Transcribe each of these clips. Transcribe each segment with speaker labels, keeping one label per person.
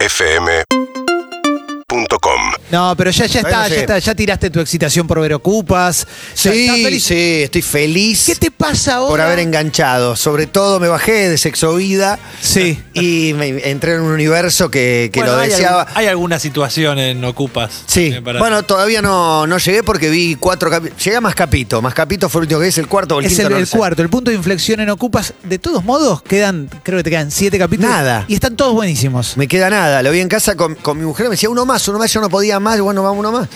Speaker 1: UrbanaPlayFM.com
Speaker 2: No, pero ya, ya
Speaker 3: Todavía
Speaker 2: está,
Speaker 3: no
Speaker 2: ya
Speaker 3: sé.
Speaker 2: está, ya tiraste tu excitación por ver Ocupas. Ya estás
Speaker 3: Sí,
Speaker 2: feliz.
Speaker 3: sí, estoy feliz
Speaker 2: ¿Qué te pasa ahora?
Speaker 3: por haber enganchado. Sobre todo me bajé de sexo vida
Speaker 2: Sí.
Speaker 3: y me entré en un universo que, que
Speaker 4: Bueno,
Speaker 3: lo
Speaker 4: hay
Speaker 3: deseaba.
Speaker 4: algún- hay alguna situación en Ocupas.
Speaker 3: Sí,
Speaker 4: eh, para-
Speaker 3: bueno, todavía no, no llegué porque vi cuatro capítulos. Llegué a más capito, más capito fue el último que es el cuarto o el
Speaker 2: Es
Speaker 3: quinto.
Speaker 2: el,
Speaker 3: no lo
Speaker 2: el
Speaker 3: sé.
Speaker 2: cuarto, el punto de inflexión en Ocupas. De todos modos, quedan, creo que te quedan siete capítulos.
Speaker 3: Nada.
Speaker 2: Y están todos buenísimos.
Speaker 3: Me queda nada, lo vi en casa con, con mi mujer, me decía uno más, uno más, yo no podía más, bueno, vamos uno más,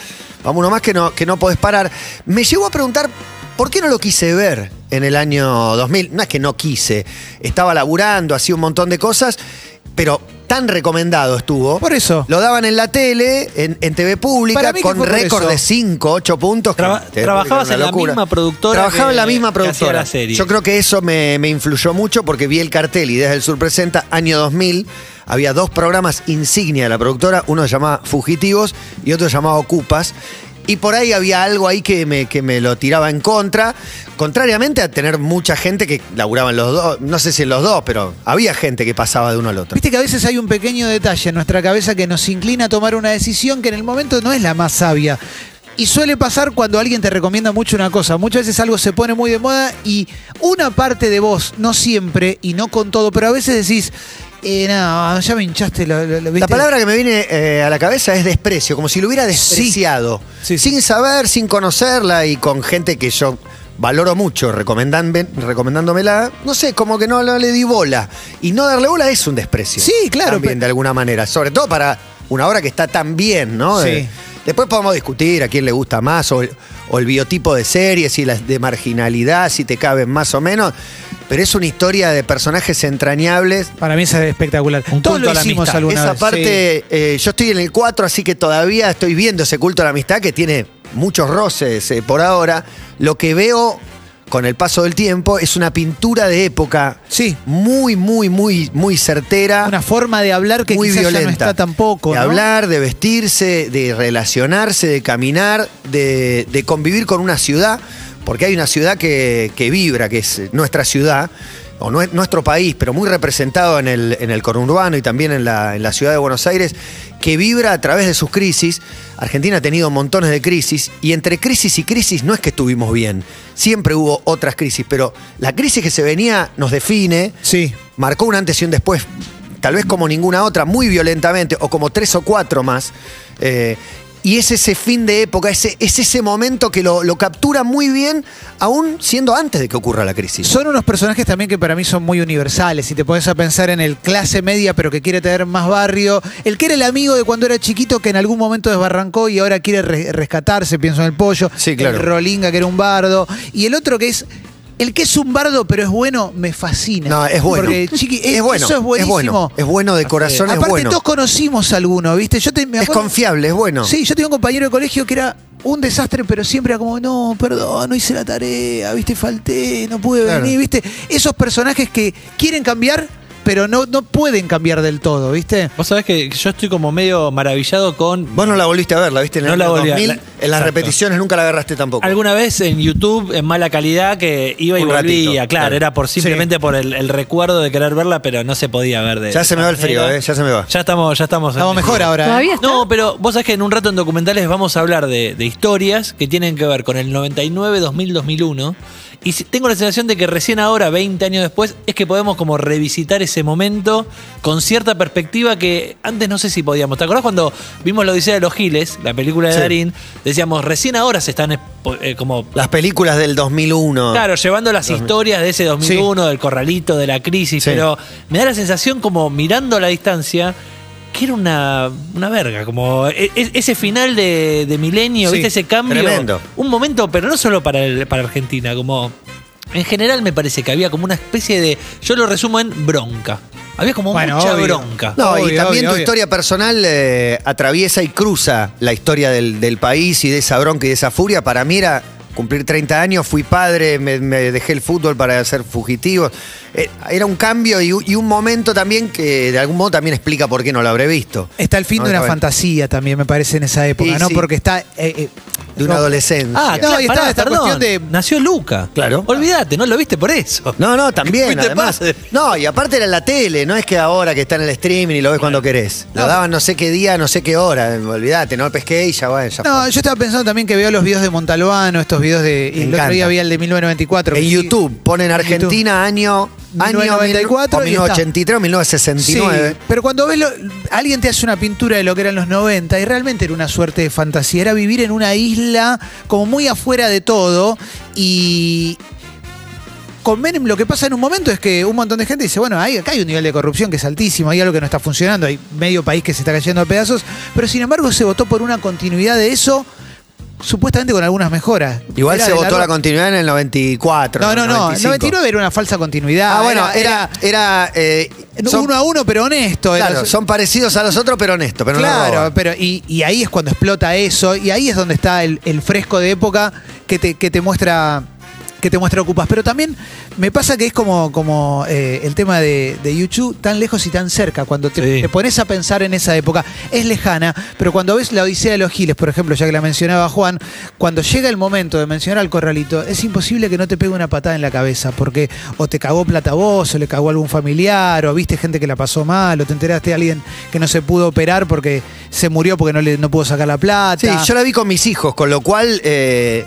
Speaker 3: vamos uno más que no, que no podés parar. Me llegó a preguntar por qué no lo quise ver en el año 2000, no es que no quise, estaba laburando, hacía un montón de cosas, pero tan recomendado estuvo.
Speaker 2: Por eso.
Speaker 3: Lo daban en la tele, en, en TV
Speaker 2: Para
Speaker 3: pública,
Speaker 2: mí que
Speaker 3: con
Speaker 2: fue por
Speaker 3: récord
Speaker 2: eso.
Speaker 3: de 5, 8 puntos. que
Speaker 4: Traba-
Speaker 3: TV pública
Speaker 4: trabajabas
Speaker 3: era una
Speaker 4: en la
Speaker 3: locura.
Speaker 4: misma productora
Speaker 3: Trabajaba en
Speaker 4: que-
Speaker 3: la misma
Speaker 4: que hacía
Speaker 3: productora.
Speaker 4: la serie.
Speaker 3: Yo creo que eso me, me influyó mucho porque vi el cartel y desde el Sur Presenta, año 2000, había dos programas insignia de la productora. Uno se llamaba Fugitivos y otro se llamaba Ocupas. Y por ahí había algo ahí que me, que me lo tiraba en contra, contrariamente a tener mucha gente que laburaba en los dos, no sé si en los dos, pero había gente que pasaba de uno al otro.
Speaker 2: Viste que a veces hay un pequeño detalle en nuestra cabeza que nos inclina a tomar una decisión que en el momento no es la más sabia. Y suele pasar cuando alguien te recomienda mucho una cosa. Muchas veces algo se pone muy de moda y una parte de vos, no siempre y no con todo, pero a veces decís, eh, no, ya me hinchaste lo, lo- lo-
Speaker 3: La
Speaker 2: ¿viste?
Speaker 3: palabra que me viene eh, a la cabeza es desprecio, como si lo hubiera despreciado.
Speaker 2: Sí, sí.
Speaker 3: Sin saber, sin conocerla y con gente que yo valoro mucho recomendándome- recomendándomela. No sé, como que no, no le di bola. Y no darle bola es un desprecio.
Speaker 2: Sí, claro,
Speaker 3: También,
Speaker 2: pero-
Speaker 3: de alguna manera. Sobre todo para una obra que está tan bien, ¿no?
Speaker 2: Sí.
Speaker 3: Eh, después podemos discutir a quién le gusta más o el, o el biotipo de series y las de marginalidad, si te caben más o menos. Pero es una historia de personajes entrañables
Speaker 2: Para mí es espectacular.
Speaker 4: Un
Speaker 2: Todos
Speaker 4: culto
Speaker 2: lo
Speaker 4: a la
Speaker 2: hicimos
Speaker 4: amistad.
Speaker 2: alguna
Speaker 3: esa
Speaker 2: vez.
Speaker 3: parte, eh, yo estoy en el 4, así que todavía estoy viendo ese culto a la amistad que tiene muchos roces eh, por ahora. Lo que veo con el paso del tiempo es una pintura de época
Speaker 2: Sí.
Speaker 3: muy, muy, muy, muy certera.
Speaker 2: Una forma de hablar que
Speaker 3: muy
Speaker 2: quizás
Speaker 3: violenta.
Speaker 2: ya no está tampoco.
Speaker 3: De
Speaker 2: ¿no?
Speaker 3: hablar, de vestirse, de relacionarse, de caminar, de, de convivir con una ciudad, porque hay una ciudad que, que vibra, que es nuestra ciudad, o nue- nuestro país, pero muy representado en el, en el conurbano y también en la, en la ciudad de Buenos Aires, que vibra a través de sus crisis. Argentina ha tenido montones de crisis, y entre crisis y crisis no es que estuvimos bien, siempre hubo otras crisis, pero la crisis que se venía nos define,
Speaker 2: Sí.
Speaker 3: marcó un antes y un después, tal vez como ninguna otra, muy violentamente, o como tres o cuatro más. eh, y es ese fin de época, ese, es ese momento que lo, lo captura muy bien, aún siendo antes de que ocurra la crisis.
Speaker 2: Son unos personajes también que para mí son muy universales. Si te pones a pensar en el clase media, pero que quiere tener más barrio. El que era el amigo de cuando era chiquito, que en algún momento desbarrancó y ahora quiere re- rescatarse, pienso en el pollo.
Speaker 3: Sí, claro.
Speaker 2: El Rolinga, que era un bardo. Y el otro que es. El que es un bardo, pero es bueno, me fascina.
Speaker 3: No, es bueno.
Speaker 2: Porque, chiqui, es,
Speaker 3: bueno,
Speaker 2: eso es buenísimo. Eh,
Speaker 3: bueno. Es bueno de corazón, es
Speaker 2: Aparte,
Speaker 3: bueno.
Speaker 2: todos conocimos a alguno, ¿viste? Yo te, me
Speaker 3: Es
Speaker 2: acuerdo-
Speaker 3: confiable, es bueno.
Speaker 2: Sí, yo tenía un compañero de colegio que era un desastre, pero siempre era como, no, perdón, no hice la tarea, viste, falté, no pude
Speaker 3: Claro.
Speaker 2: venir, viste. Esos personajes que quieren cambiar, pero no, no pueden cambiar del todo, viste.
Speaker 4: Vos sabés que yo estoy como medio maravillado con.
Speaker 3: Vos no la volviste a ver, la viste en el
Speaker 4: No la
Speaker 3: año
Speaker 4: volví a-
Speaker 3: 2000,
Speaker 4: la-
Speaker 3: en las
Speaker 4: Exacto.
Speaker 3: repeticiones nunca la agarraste tampoco.
Speaker 4: Alguna vez en YouTube, en mala calidad, que iba y
Speaker 3: Un
Speaker 4: volvía,
Speaker 3: ratito,
Speaker 4: claro,
Speaker 3: claro.
Speaker 4: era por simplemente por el, el recuerdo de querer verla, pero no se podía ver de.
Speaker 3: Ya se me va el frío, eh, ya se me va.
Speaker 4: Ya estamos, ya estamos. en-
Speaker 2: Estamos mejor ahora. ¿eh?
Speaker 5: Todavía está.
Speaker 4: No, pero vos sabés que en un rato en documentales vamos a hablar de, de historias que tienen que ver con el 99, 2000, 2001. Y si- tengo la sensación de que recién ahora, 20 años después, es que podemos como revisitar ese momento con cierta perspectiva que antes no sé si podíamos. ¿Te acordás cuando vimos La Odisea de los Giles, la película de
Speaker 3: Sí.
Speaker 4: Darín? Decíamos, recién ahora se están expo- eh, como
Speaker 3: Las películas del
Speaker 2: Ah.
Speaker 3: 2001.
Speaker 4: Claro, llevando las historias de ese 2001, del corralito, de la crisis,
Speaker 3: Sí.
Speaker 4: pero me da la sensación como mirando a la distancia que era una, una verga, como e- e- ese final de, de milenio,
Speaker 2: Sí,
Speaker 4: ¿viste? ese cambio.
Speaker 3: tremendo.
Speaker 4: Un momento, pero no solo para, el- para Argentina, como en general me parece que había como una especie de, yo lo resumo en bronca. Había como
Speaker 2: Bueno,
Speaker 4: mucha
Speaker 2: obvio.
Speaker 4: bronca.
Speaker 3: No, y
Speaker 2: Obvio,
Speaker 3: también
Speaker 2: obvio,
Speaker 3: tu
Speaker 2: obvio.
Speaker 3: historia personal eh, atraviesa y cruza la historia del, del país y de esa bronca y de esa furia. Para mí era cumplir 30 años, fui padre, me, me dejé el fútbol para ser fugitivo. Eh, era un cambio y, u- y un momento también que de algún modo también explica por qué no lo habré visto.
Speaker 2: Está el fin
Speaker 3: No,
Speaker 2: de una
Speaker 3: está bien.
Speaker 2: fantasía también, me parece, en esa época,
Speaker 3: Sí,
Speaker 2: ¿no?
Speaker 3: sí.
Speaker 2: Porque está. eh, eh,
Speaker 3: de una
Speaker 2: No.
Speaker 3: adolescencia.
Speaker 4: Ah,
Speaker 2: No,
Speaker 4: claro,
Speaker 2: y estaba
Speaker 4: pará,
Speaker 2: esta
Speaker 4: perdón,
Speaker 2: cuestión de-
Speaker 4: Nació Luca.
Speaker 3: Claro.
Speaker 4: Olvídate, no lo viste por eso.
Speaker 3: No, no, también,
Speaker 4: Fuiste
Speaker 3: además.
Speaker 4: pase.
Speaker 3: No, y aparte era en la tele, no es que ahora que está en el streaming y lo ves cuando querés. Lo daban no sé qué día, no sé qué hora, eh, olvídate, no pesqué y ya va, ya fue.
Speaker 2: No, yo estaba pensando también que veo los videos de Montalbano, estos videos de.
Speaker 3: Me
Speaker 2: el otro
Speaker 3: encanta.
Speaker 2: día vi el de 1994.
Speaker 3: En
Speaker 2: que sí.
Speaker 3: YouTube ponen Argentina año, año
Speaker 2: 1994
Speaker 3: o
Speaker 2: y está.
Speaker 3: 1983 o
Speaker 2: Sí,
Speaker 3: 1969.
Speaker 2: pero cuando ves, lo- alguien te hace una pintura de lo que eran los 90 y realmente era una suerte de fantasía, era vivir en una isla como muy afuera de todo y con Menem lo que pasa en un momento es que un montón de gente dice, bueno, hay, acá hay un nivel de corrupción que es altísimo, hay algo que no está funcionando, hay medio país que se está cayendo a pedazos, pero sin embargo se votó por una continuidad de eso, supuestamente con algunas mejoras.
Speaker 3: Igual
Speaker 2: Era
Speaker 3: se
Speaker 2: de
Speaker 3: votó
Speaker 2: largo-
Speaker 3: la continuidad en el 94.
Speaker 2: No, no, no,
Speaker 3: 95.
Speaker 2: 99 era una falsa continuidad.
Speaker 3: Ah, bueno, era. era, eh, son-
Speaker 2: uno a uno, pero honesto. era-
Speaker 3: claro, son parecidos a los otros, pero honestos. Pero no
Speaker 2: claro,
Speaker 3: roban.
Speaker 2: pero y, y ahí es cuando explota eso, y ahí es donde está el, el fresco de época que te, que te muestra que te muestra ocupas. Pero también me pasa que es como, como eh, el tema de, de YouTube, tan lejos y tan cerca. Cuando te,
Speaker 4: Sí.
Speaker 2: te pones a pensar en esa época, es lejana, pero cuando ves la Odisea de los Giles, por ejemplo, ya que la mencionaba Juan, cuando llega el momento de mencionar al corralito, es imposible que no te pegue una patada en la cabeza, porque o te cagó plata a vos, o le cagó a algún familiar, o viste gente que la pasó mal, o te enteraste de alguien que no se pudo operar porque se murió porque no, le, no pudo sacar la plata.
Speaker 3: Sí, yo la vi con mis hijos, con lo cual eh,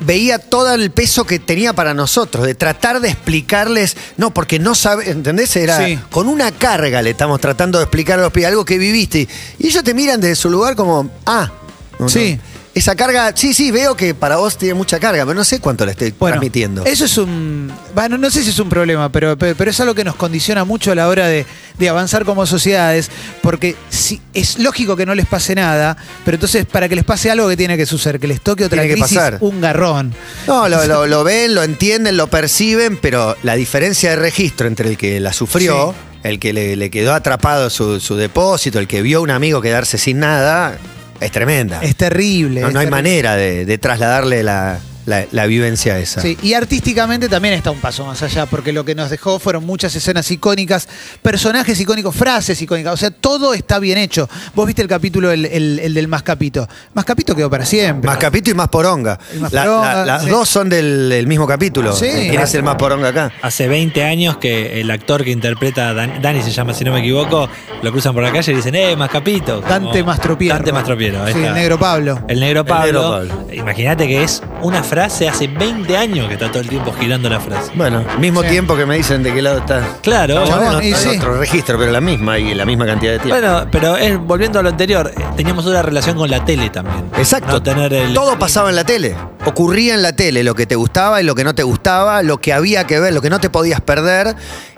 Speaker 3: veía todo el peso que tenía para nosotros, de tratar de explicarles, no, porque no sabe, ¿entendés? Era
Speaker 2: Sí.
Speaker 3: con una carga le estamos tratando de explicar a los pibes algo que viviste. Y ellos te miran desde su lugar como, ah, no,
Speaker 2: Sí.
Speaker 3: no. Esa carga, sí, sí, veo que para vos tiene mucha carga, pero no sé cuánto la estoy
Speaker 2: Bueno,
Speaker 3: transmitiendo.
Speaker 2: Eso es un. Bueno, no sé si es un problema, pero, pero, pero es algo que nos condiciona mucho a la hora de, de avanzar como sociedades, porque si, es lógico que no les pase nada, pero entonces para que les pase algo que tiene que suceder, que les toque otra
Speaker 3: Tiene que
Speaker 2: crisis,
Speaker 3: pasar.
Speaker 2: un garrón.
Speaker 3: No, lo, lo- lo ven, lo entienden, lo perciben, pero la diferencia de registro entre el que la sufrió, el que le, le quedó atrapado su, su depósito, el que vio a un amigo quedarse sin nada, es tremenda.
Speaker 2: Es terrible.
Speaker 3: no,
Speaker 2: es
Speaker 3: no hay
Speaker 2: terrible.
Speaker 3: manera de, de trasladarle la, la- la vivencia esa.
Speaker 2: Sí, y artísticamente también está un paso más allá, porque lo que nos dejó fueron muchas escenas icónicas, personajes icónicos, frases icónicas, o sea, todo está bien hecho. Vos viste el capítulo, el, el- el del Mascapito. Mascapito quedó para siempre.
Speaker 3: Más capítulo y más poronga.
Speaker 2: Y más
Speaker 3: La- la-
Speaker 2: poronga,
Speaker 3: las
Speaker 2: sí. Ah,
Speaker 3: dos son del, del mismo capítulo.
Speaker 2: Sí.
Speaker 3: ¿Quién es el más poronga acá?
Speaker 4: Hace 20 años que el actor que interpreta a Dan- Dani, se llama, si no me equivoco, lo cruzan por la calle y dicen, ¡eh, Mascapito! como
Speaker 2: Dante Mastropiero.
Speaker 4: Dante Mastropiero. ahí
Speaker 2: Sí,
Speaker 4: está.
Speaker 2: el negro Pablo.
Speaker 4: El negro
Speaker 3: negro
Speaker 4: Pablo.
Speaker 3: Pablo.
Speaker 4: Imagínate que es una frase hace 20 años que está todo el tiempo girando la frase.
Speaker 3: Bueno, mismo
Speaker 2: Sí.
Speaker 3: tiempo que me dicen de qué lado está.
Speaker 4: Claro.
Speaker 2: Está
Speaker 3: Bueno,
Speaker 2: bueno, y
Speaker 3: hay
Speaker 2: sí.
Speaker 3: otro registro, pero la misma y la misma cantidad de tiempo.
Speaker 4: Bueno, pero es, volviendo a lo anterior, eh, teníamos otra relación con la tele también.
Speaker 3: Exacto.
Speaker 4: No tener el-
Speaker 3: Todo pasaba en la tele. Ocurría en la tele lo que te gustaba y lo que no te gustaba, lo que había que ver, lo que no te podías perder.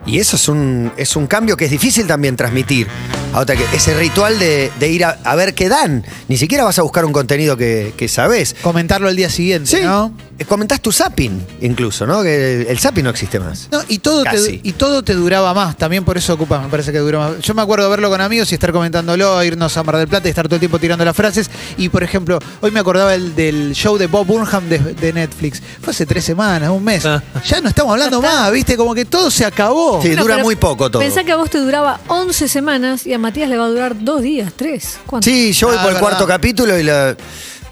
Speaker 3: Y eso es un, es un cambio que es difícil también transmitir. Ahora que ese ritual de, de ir a, a ver qué dan. Ni siquiera vas a buscar un contenido que, que sabes.
Speaker 2: Comentarlo al día siguiente,
Speaker 3: Sí.
Speaker 2: ¿no?
Speaker 3: Eh, Comentás tu zapping, incluso, ¿no? Que el, el zapping no existe más.
Speaker 2: No, y todo, te,
Speaker 3: Casi.
Speaker 2: y todo te duraba más, también por eso ocupas, me parece que duró más. Yo me acuerdo verlo con amigos y estar comentándolo, irnos a Mar del Plata y estar todo el tiempo tirando las frases. Y por ejemplo, hoy me acordaba el, del show de Bob Burnham de, de Netflix. Fue hace tres semanas, un mes.
Speaker 4: Ah.
Speaker 2: Ya no estamos hablando más, ¿viste? Como que todo se acabó.
Speaker 3: Sí,
Speaker 1: Bueno,
Speaker 3: dura
Speaker 1: pero
Speaker 3: muy poco todo.
Speaker 1: Pensá que a vos te duraba 11 semanas y a Matías le va a durar dos días, tres. ¿Cuánto?
Speaker 3: Sí, yo voy
Speaker 2: Ah,
Speaker 3: por el
Speaker 2: verdad.
Speaker 3: cuarto capítulo y la-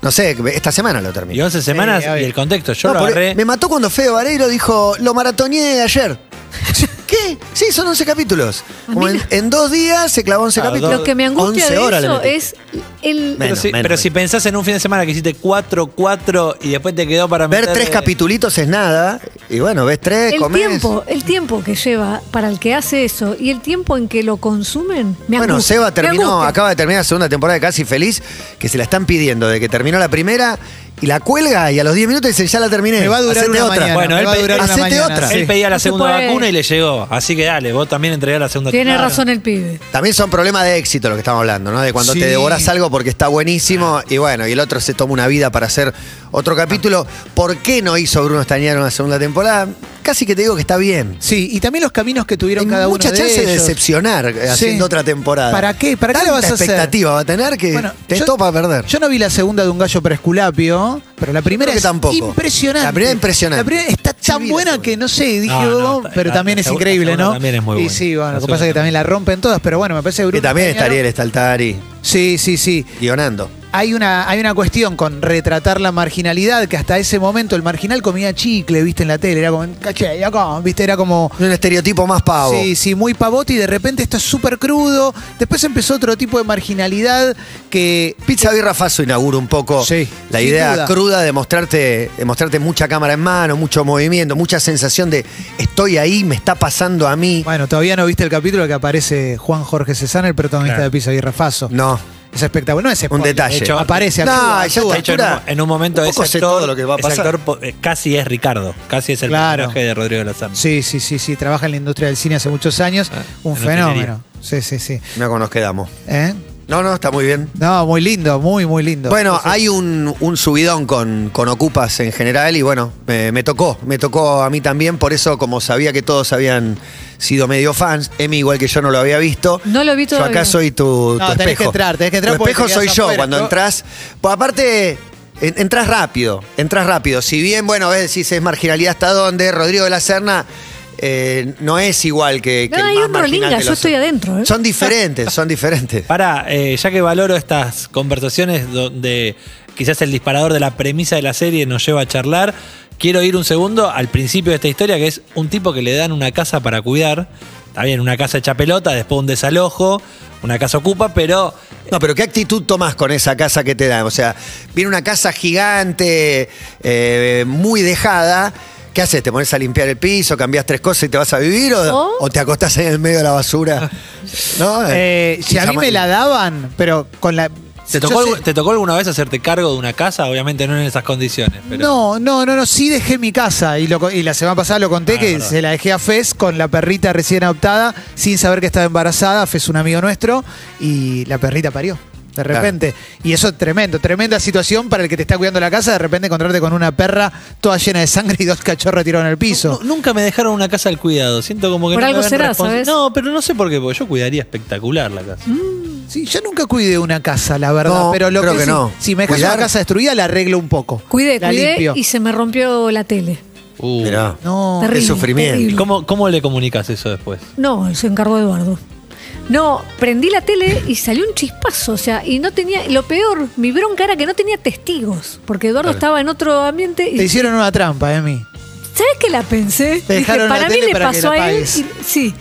Speaker 3: No sé, esta semana lo termino.
Speaker 4: Y 11 semanas
Speaker 2: Sí, a ver.
Speaker 4: y el contexto. Yo
Speaker 3: No,
Speaker 4: lo
Speaker 3: porque
Speaker 4: agarré.
Speaker 3: Me mató cuando Feo Vareiro dijo, lo maratoneé ayer. ¿Qué? Sí, son 11 capítulos.
Speaker 1: A
Speaker 3: Como
Speaker 1: mí
Speaker 3: en,
Speaker 1: no.
Speaker 3: en dos días se clavó 11
Speaker 2: Ah,
Speaker 4: Claro,
Speaker 3: capítulos.
Speaker 1: Lo que me angustia
Speaker 3: 11
Speaker 1: de
Speaker 3: horas le
Speaker 1: eso
Speaker 3: metí.
Speaker 1: es el...
Speaker 3: Me-
Speaker 4: pero,
Speaker 3: menos,
Speaker 4: si,
Speaker 3: menos,
Speaker 4: pero si
Speaker 3: menos.
Speaker 4: pensás en un fin de semana que hiciste 4, 4 y después te quedó para eh,
Speaker 3: Ver
Speaker 4: meterle-
Speaker 3: tres capitulitos es nada. Y bueno, ves tres,
Speaker 1: el
Speaker 3: comés.
Speaker 1: tiempo, el tiempo que lleva para el que hace eso y el tiempo en que lo consumen, me
Speaker 3: Bueno,
Speaker 1: angustia,
Speaker 3: Seba
Speaker 1: me
Speaker 3: terminó,
Speaker 1: angustia.
Speaker 3: acaba de terminar la segunda temporada de Casi Feliz, que se la están pidiendo de que terminó la primera y la cuelga y a los 10 minutos dice, ya la terminé.
Speaker 2: Me va a durar
Speaker 3: hacete
Speaker 2: una
Speaker 3: otra.
Speaker 2: mañana.
Speaker 4: Bueno,
Speaker 2: me
Speaker 4: él
Speaker 2: va a
Speaker 4: pe-
Speaker 2: durar una
Speaker 3: hacete
Speaker 2: mañana,
Speaker 3: otra.
Speaker 2: sí.
Speaker 4: Él pedía la
Speaker 1: No se
Speaker 4: segunda
Speaker 1: puede.
Speaker 4: vacuna y le llegó. Así que dale, vos también entregás la segunda
Speaker 1: Tiene
Speaker 4: Claro.
Speaker 1: razón el pibe.
Speaker 3: También son problemas de éxito lo que estamos hablando, ¿no? De cuando
Speaker 2: Sí.
Speaker 3: te devoras algo porque está buenísimo y bueno, y el otro se toma una vida para hacer otro capítulo. ¿Por qué no hizo Bruno Stañaro una segunda temporada? Casi que te digo que está bien.
Speaker 2: Sí, y también los caminos que tuvieron
Speaker 3: Hay
Speaker 2: cada uno.
Speaker 3: mucha
Speaker 2: de
Speaker 3: chance de
Speaker 2: ellos.
Speaker 3: decepcionar eh, haciendo otra temporada.
Speaker 2: ¿Para qué? ¿Para qué
Speaker 3: Tanta
Speaker 2: la vas a hacer?
Speaker 3: expectativa va a tener que
Speaker 2: Bueno,
Speaker 3: Eh, te
Speaker 2: yo-
Speaker 3: topa perder.
Speaker 2: Yo no vi la segunda de un gallo para Esculapio, pero la primera
Speaker 3: Creo que
Speaker 2: es
Speaker 3: tampoco.
Speaker 2: impresionante.
Speaker 3: La primera es impresionante.
Speaker 2: La primera está
Speaker 3: Sí,
Speaker 2: tan
Speaker 3: vi la
Speaker 2: buena
Speaker 3: segunda.
Speaker 2: que no sé, dije,
Speaker 4: No, no,
Speaker 2: oh,
Speaker 4: ta-
Speaker 2: pero
Speaker 4: la-
Speaker 2: también
Speaker 4: la
Speaker 2: es
Speaker 4: segunda-
Speaker 2: increíble,
Speaker 4: la segunda
Speaker 2: ¿no?
Speaker 4: también es muy
Speaker 2: Y
Speaker 4: buena.
Speaker 2: sí,
Speaker 4: La
Speaker 2: bueno, lo que
Speaker 4: segunda
Speaker 2: pasa es que también la rompen todas, pero bueno, me parece que Bruno
Speaker 3: que también
Speaker 2: Cañaro-
Speaker 3: estaría el Staltari
Speaker 2: Sí, sí, sí.
Speaker 3: guionando.
Speaker 2: hay una, hay una cuestión con retratar la marginalidad, que hasta ese momento el marginal comía chicle, viste, en la tele, era como, caché, y acá", viste, era como...
Speaker 3: Un estereotipo más pavo.
Speaker 2: Sí, sí, muy pavote y de repente esto es súper crudo. Después empezó otro tipo de marginalidad que
Speaker 3: Pizza Birra Faso inaugura un poco
Speaker 2: Sí,
Speaker 3: la
Speaker 2: sin
Speaker 3: idea
Speaker 2: duda.
Speaker 3: cruda de mostrarte, de mostrarte mucha cámara en mano, mucho movimiento, mucha sensación de estoy ahí, me está pasando a mí.
Speaker 2: Bueno, todavía no viste el capítulo que aparece Juan Jorge Cesana, el protagonista de
Speaker 4: Claro.
Speaker 2: Pizza y Rafaso.
Speaker 3: No.
Speaker 2: Es espectacular. No es spoiler,
Speaker 3: detalle.
Speaker 2: de hecho, aparece
Speaker 3: No,
Speaker 2: actúa,
Speaker 3: ya
Speaker 2: actúa.
Speaker 3: está hecho.
Speaker 4: en, un, en un momento
Speaker 3: Un poco
Speaker 4: ese
Speaker 3: sé
Speaker 4: actor,
Speaker 3: todo lo que va a
Speaker 4: ese
Speaker 3: pasar.
Speaker 4: actor po- eh, casi es Ricardo, casi es el
Speaker 2: Claro.
Speaker 4: personaje de Rodrigo Lazar.
Speaker 2: Sí, sí, sí, sí. Trabaja en la industria del cine hace muchos años.
Speaker 4: Ah,
Speaker 2: un
Speaker 4: en
Speaker 2: fenómeno. Sí, sí, sí.
Speaker 3: Mira cómo nos quedamos.
Speaker 2: ¿Eh?
Speaker 3: No, no, está muy bien.
Speaker 2: No, muy lindo, muy, muy lindo.
Speaker 3: Bueno, hay un, un subidón con, con Ocupas en general y bueno, eh, me tocó, me tocó a mí también, por eso como sabía que todos habían sido medio fans, Emi igual que yo no lo había visto.
Speaker 1: No lo vi
Speaker 3: Yo
Speaker 1: todavía.
Speaker 3: acá soy tu,
Speaker 2: No,
Speaker 3: tu
Speaker 2: tenés que
Speaker 3: espejo.
Speaker 2: entrar, tenés que entrar
Speaker 3: Tu
Speaker 2: porque
Speaker 3: espejo
Speaker 2: te
Speaker 3: soy
Speaker 2: quedás
Speaker 3: yo,
Speaker 2: afuera,
Speaker 3: cuando
Speaker 2: ¿no?
Speaker 3: entras, pues aparte en- entras rápido, entras rápido. Si bien, bueno, ves, decís es marginalidad hasta dónde, Rodrigo de la Serna eh, no es igual que, que
Speaker 1: No,
Speaker 3: el
Speaker 1: hay
Speaker 3: más
Speaker 1: un
Speaker 3: marginal
Speaker 1: Rolinga,
Speaker 3: de
Speaker 1: yo
Speaker 3: los-
Speaker 1: estoy adentro, ¿eh?
Speaker 3: Son diferentes, son diferentes.
Speaker 4: Para, eh, ya que valoro estas conversaciones donde quizás el disparador de la premisa de la serie nos lleva a charlar, quiero ir un segundo al principio de esta historia, que es un tipo que le dan una casa para cuidar. Está bien, una casa hecha pelota, después un desalojo, una casa ocupa, pero
Speaker 3: No, pero ¿qué actitud tomás con esa casa que te dan? O sea, viene una casa gigante, eh, muy dejada. ¿Qué haces? ¿Te pones a limpiar el piso, cambias tres cosas y te vas a vivir? ¿O,
Speaker 1: O-
Speaker 3: o te acostás ahí en el medio de la basura? ¿No?
Speaker 2: Eh, si a mí me la daban, pero con la. yo
Speaker 4: ¿te tocó,
Speaker 2: sé-
Speaker 4: algu- ¿te tocó alguna vez hacerte cargo de una casa? Obviamente no en esas condiciones. Pero...
Speaker 2: No, no, no, no, sí dejé mi casa y, lo co- y la semana pasada lo conté
Speaker 4: Ah,
Speaker 2: que
Speaker 4: verdad.
Speaker 2: se la dejé a Fez con la perrita recién adoptada sin saber que estaba embarazada, Fez un amigo nuestro y la perrita parió. De
Speaker 3: Claro.
Speaker 2: repente. Y eso es tremendo, tremenda situación para el que te está cuidando la casa, de repente encontrarte con una perra toda llena de sangre y dos cachorros tirados en el piso.
Speaker 4: Nu- Nunca me dejaron una casa al cuidado. Siento como que
Speaker 1: Por
Speaker 4: no me
Speaker 1: algo
Speaker 4: ven
Speaker 1: será,
Speaker 4: respons-
Speaker 1: ¿sabes?
Speaker 4: No, pero no sé por qué, porque yo cuidaría espectacular la casa.
Speaker 3: Mm.
Speaker 2: Sí, yo nunca cuidé una casa, la verdad,
Speaker 3: No,
Speaker 2: pero lo
Speaker 3: creo
Speaker 2: que,
Speaker 3: que
Speaker 2: sí,
Speaker 3: no.
Speaker 2: si me dejas una
Speaker 3: Cuidar-
Speaker 2: casa destruida la arreglo un poco.
Speaker 1: Cuidé,
Speaker 2: la
Speaker 1: cuidé
Speaker 2: limpio.
Speaker 1: y se me rompió la tele.
Speaker 4: Uh.
Speaker 3: Mirá.
Speaker 2: No.
Speaker 1: Terrible,
Speaker 3: sufrimiento.
Speaker 1: terrible.
Speaker 4: ¿Cómo, ¿Cómo le comunicas eso después?
Speaker 1: No, se encargó Eduardo. No, prendí la tele y salió un chispazo, o sea, y no tenía, lo peor, mi bronca era que no tenía testigos, porque Eduardo estaba en otro ambiente
Speaker 2: Te
Speaker 1: y
Speaker 2: hicieron una trampa, Emi.
Speaker 1: ¿sabes qué la pensé?
Speaker 2: Te dejaron la
Speaker 1: para mí
Speaker 2: tele
Speaker 1: le
Speaker 2: para que
Speaker 1: pasó
Speaker 2: la
Speaker 1: a él,
Speaker 2: apagues.
Speaker 1: y, sí.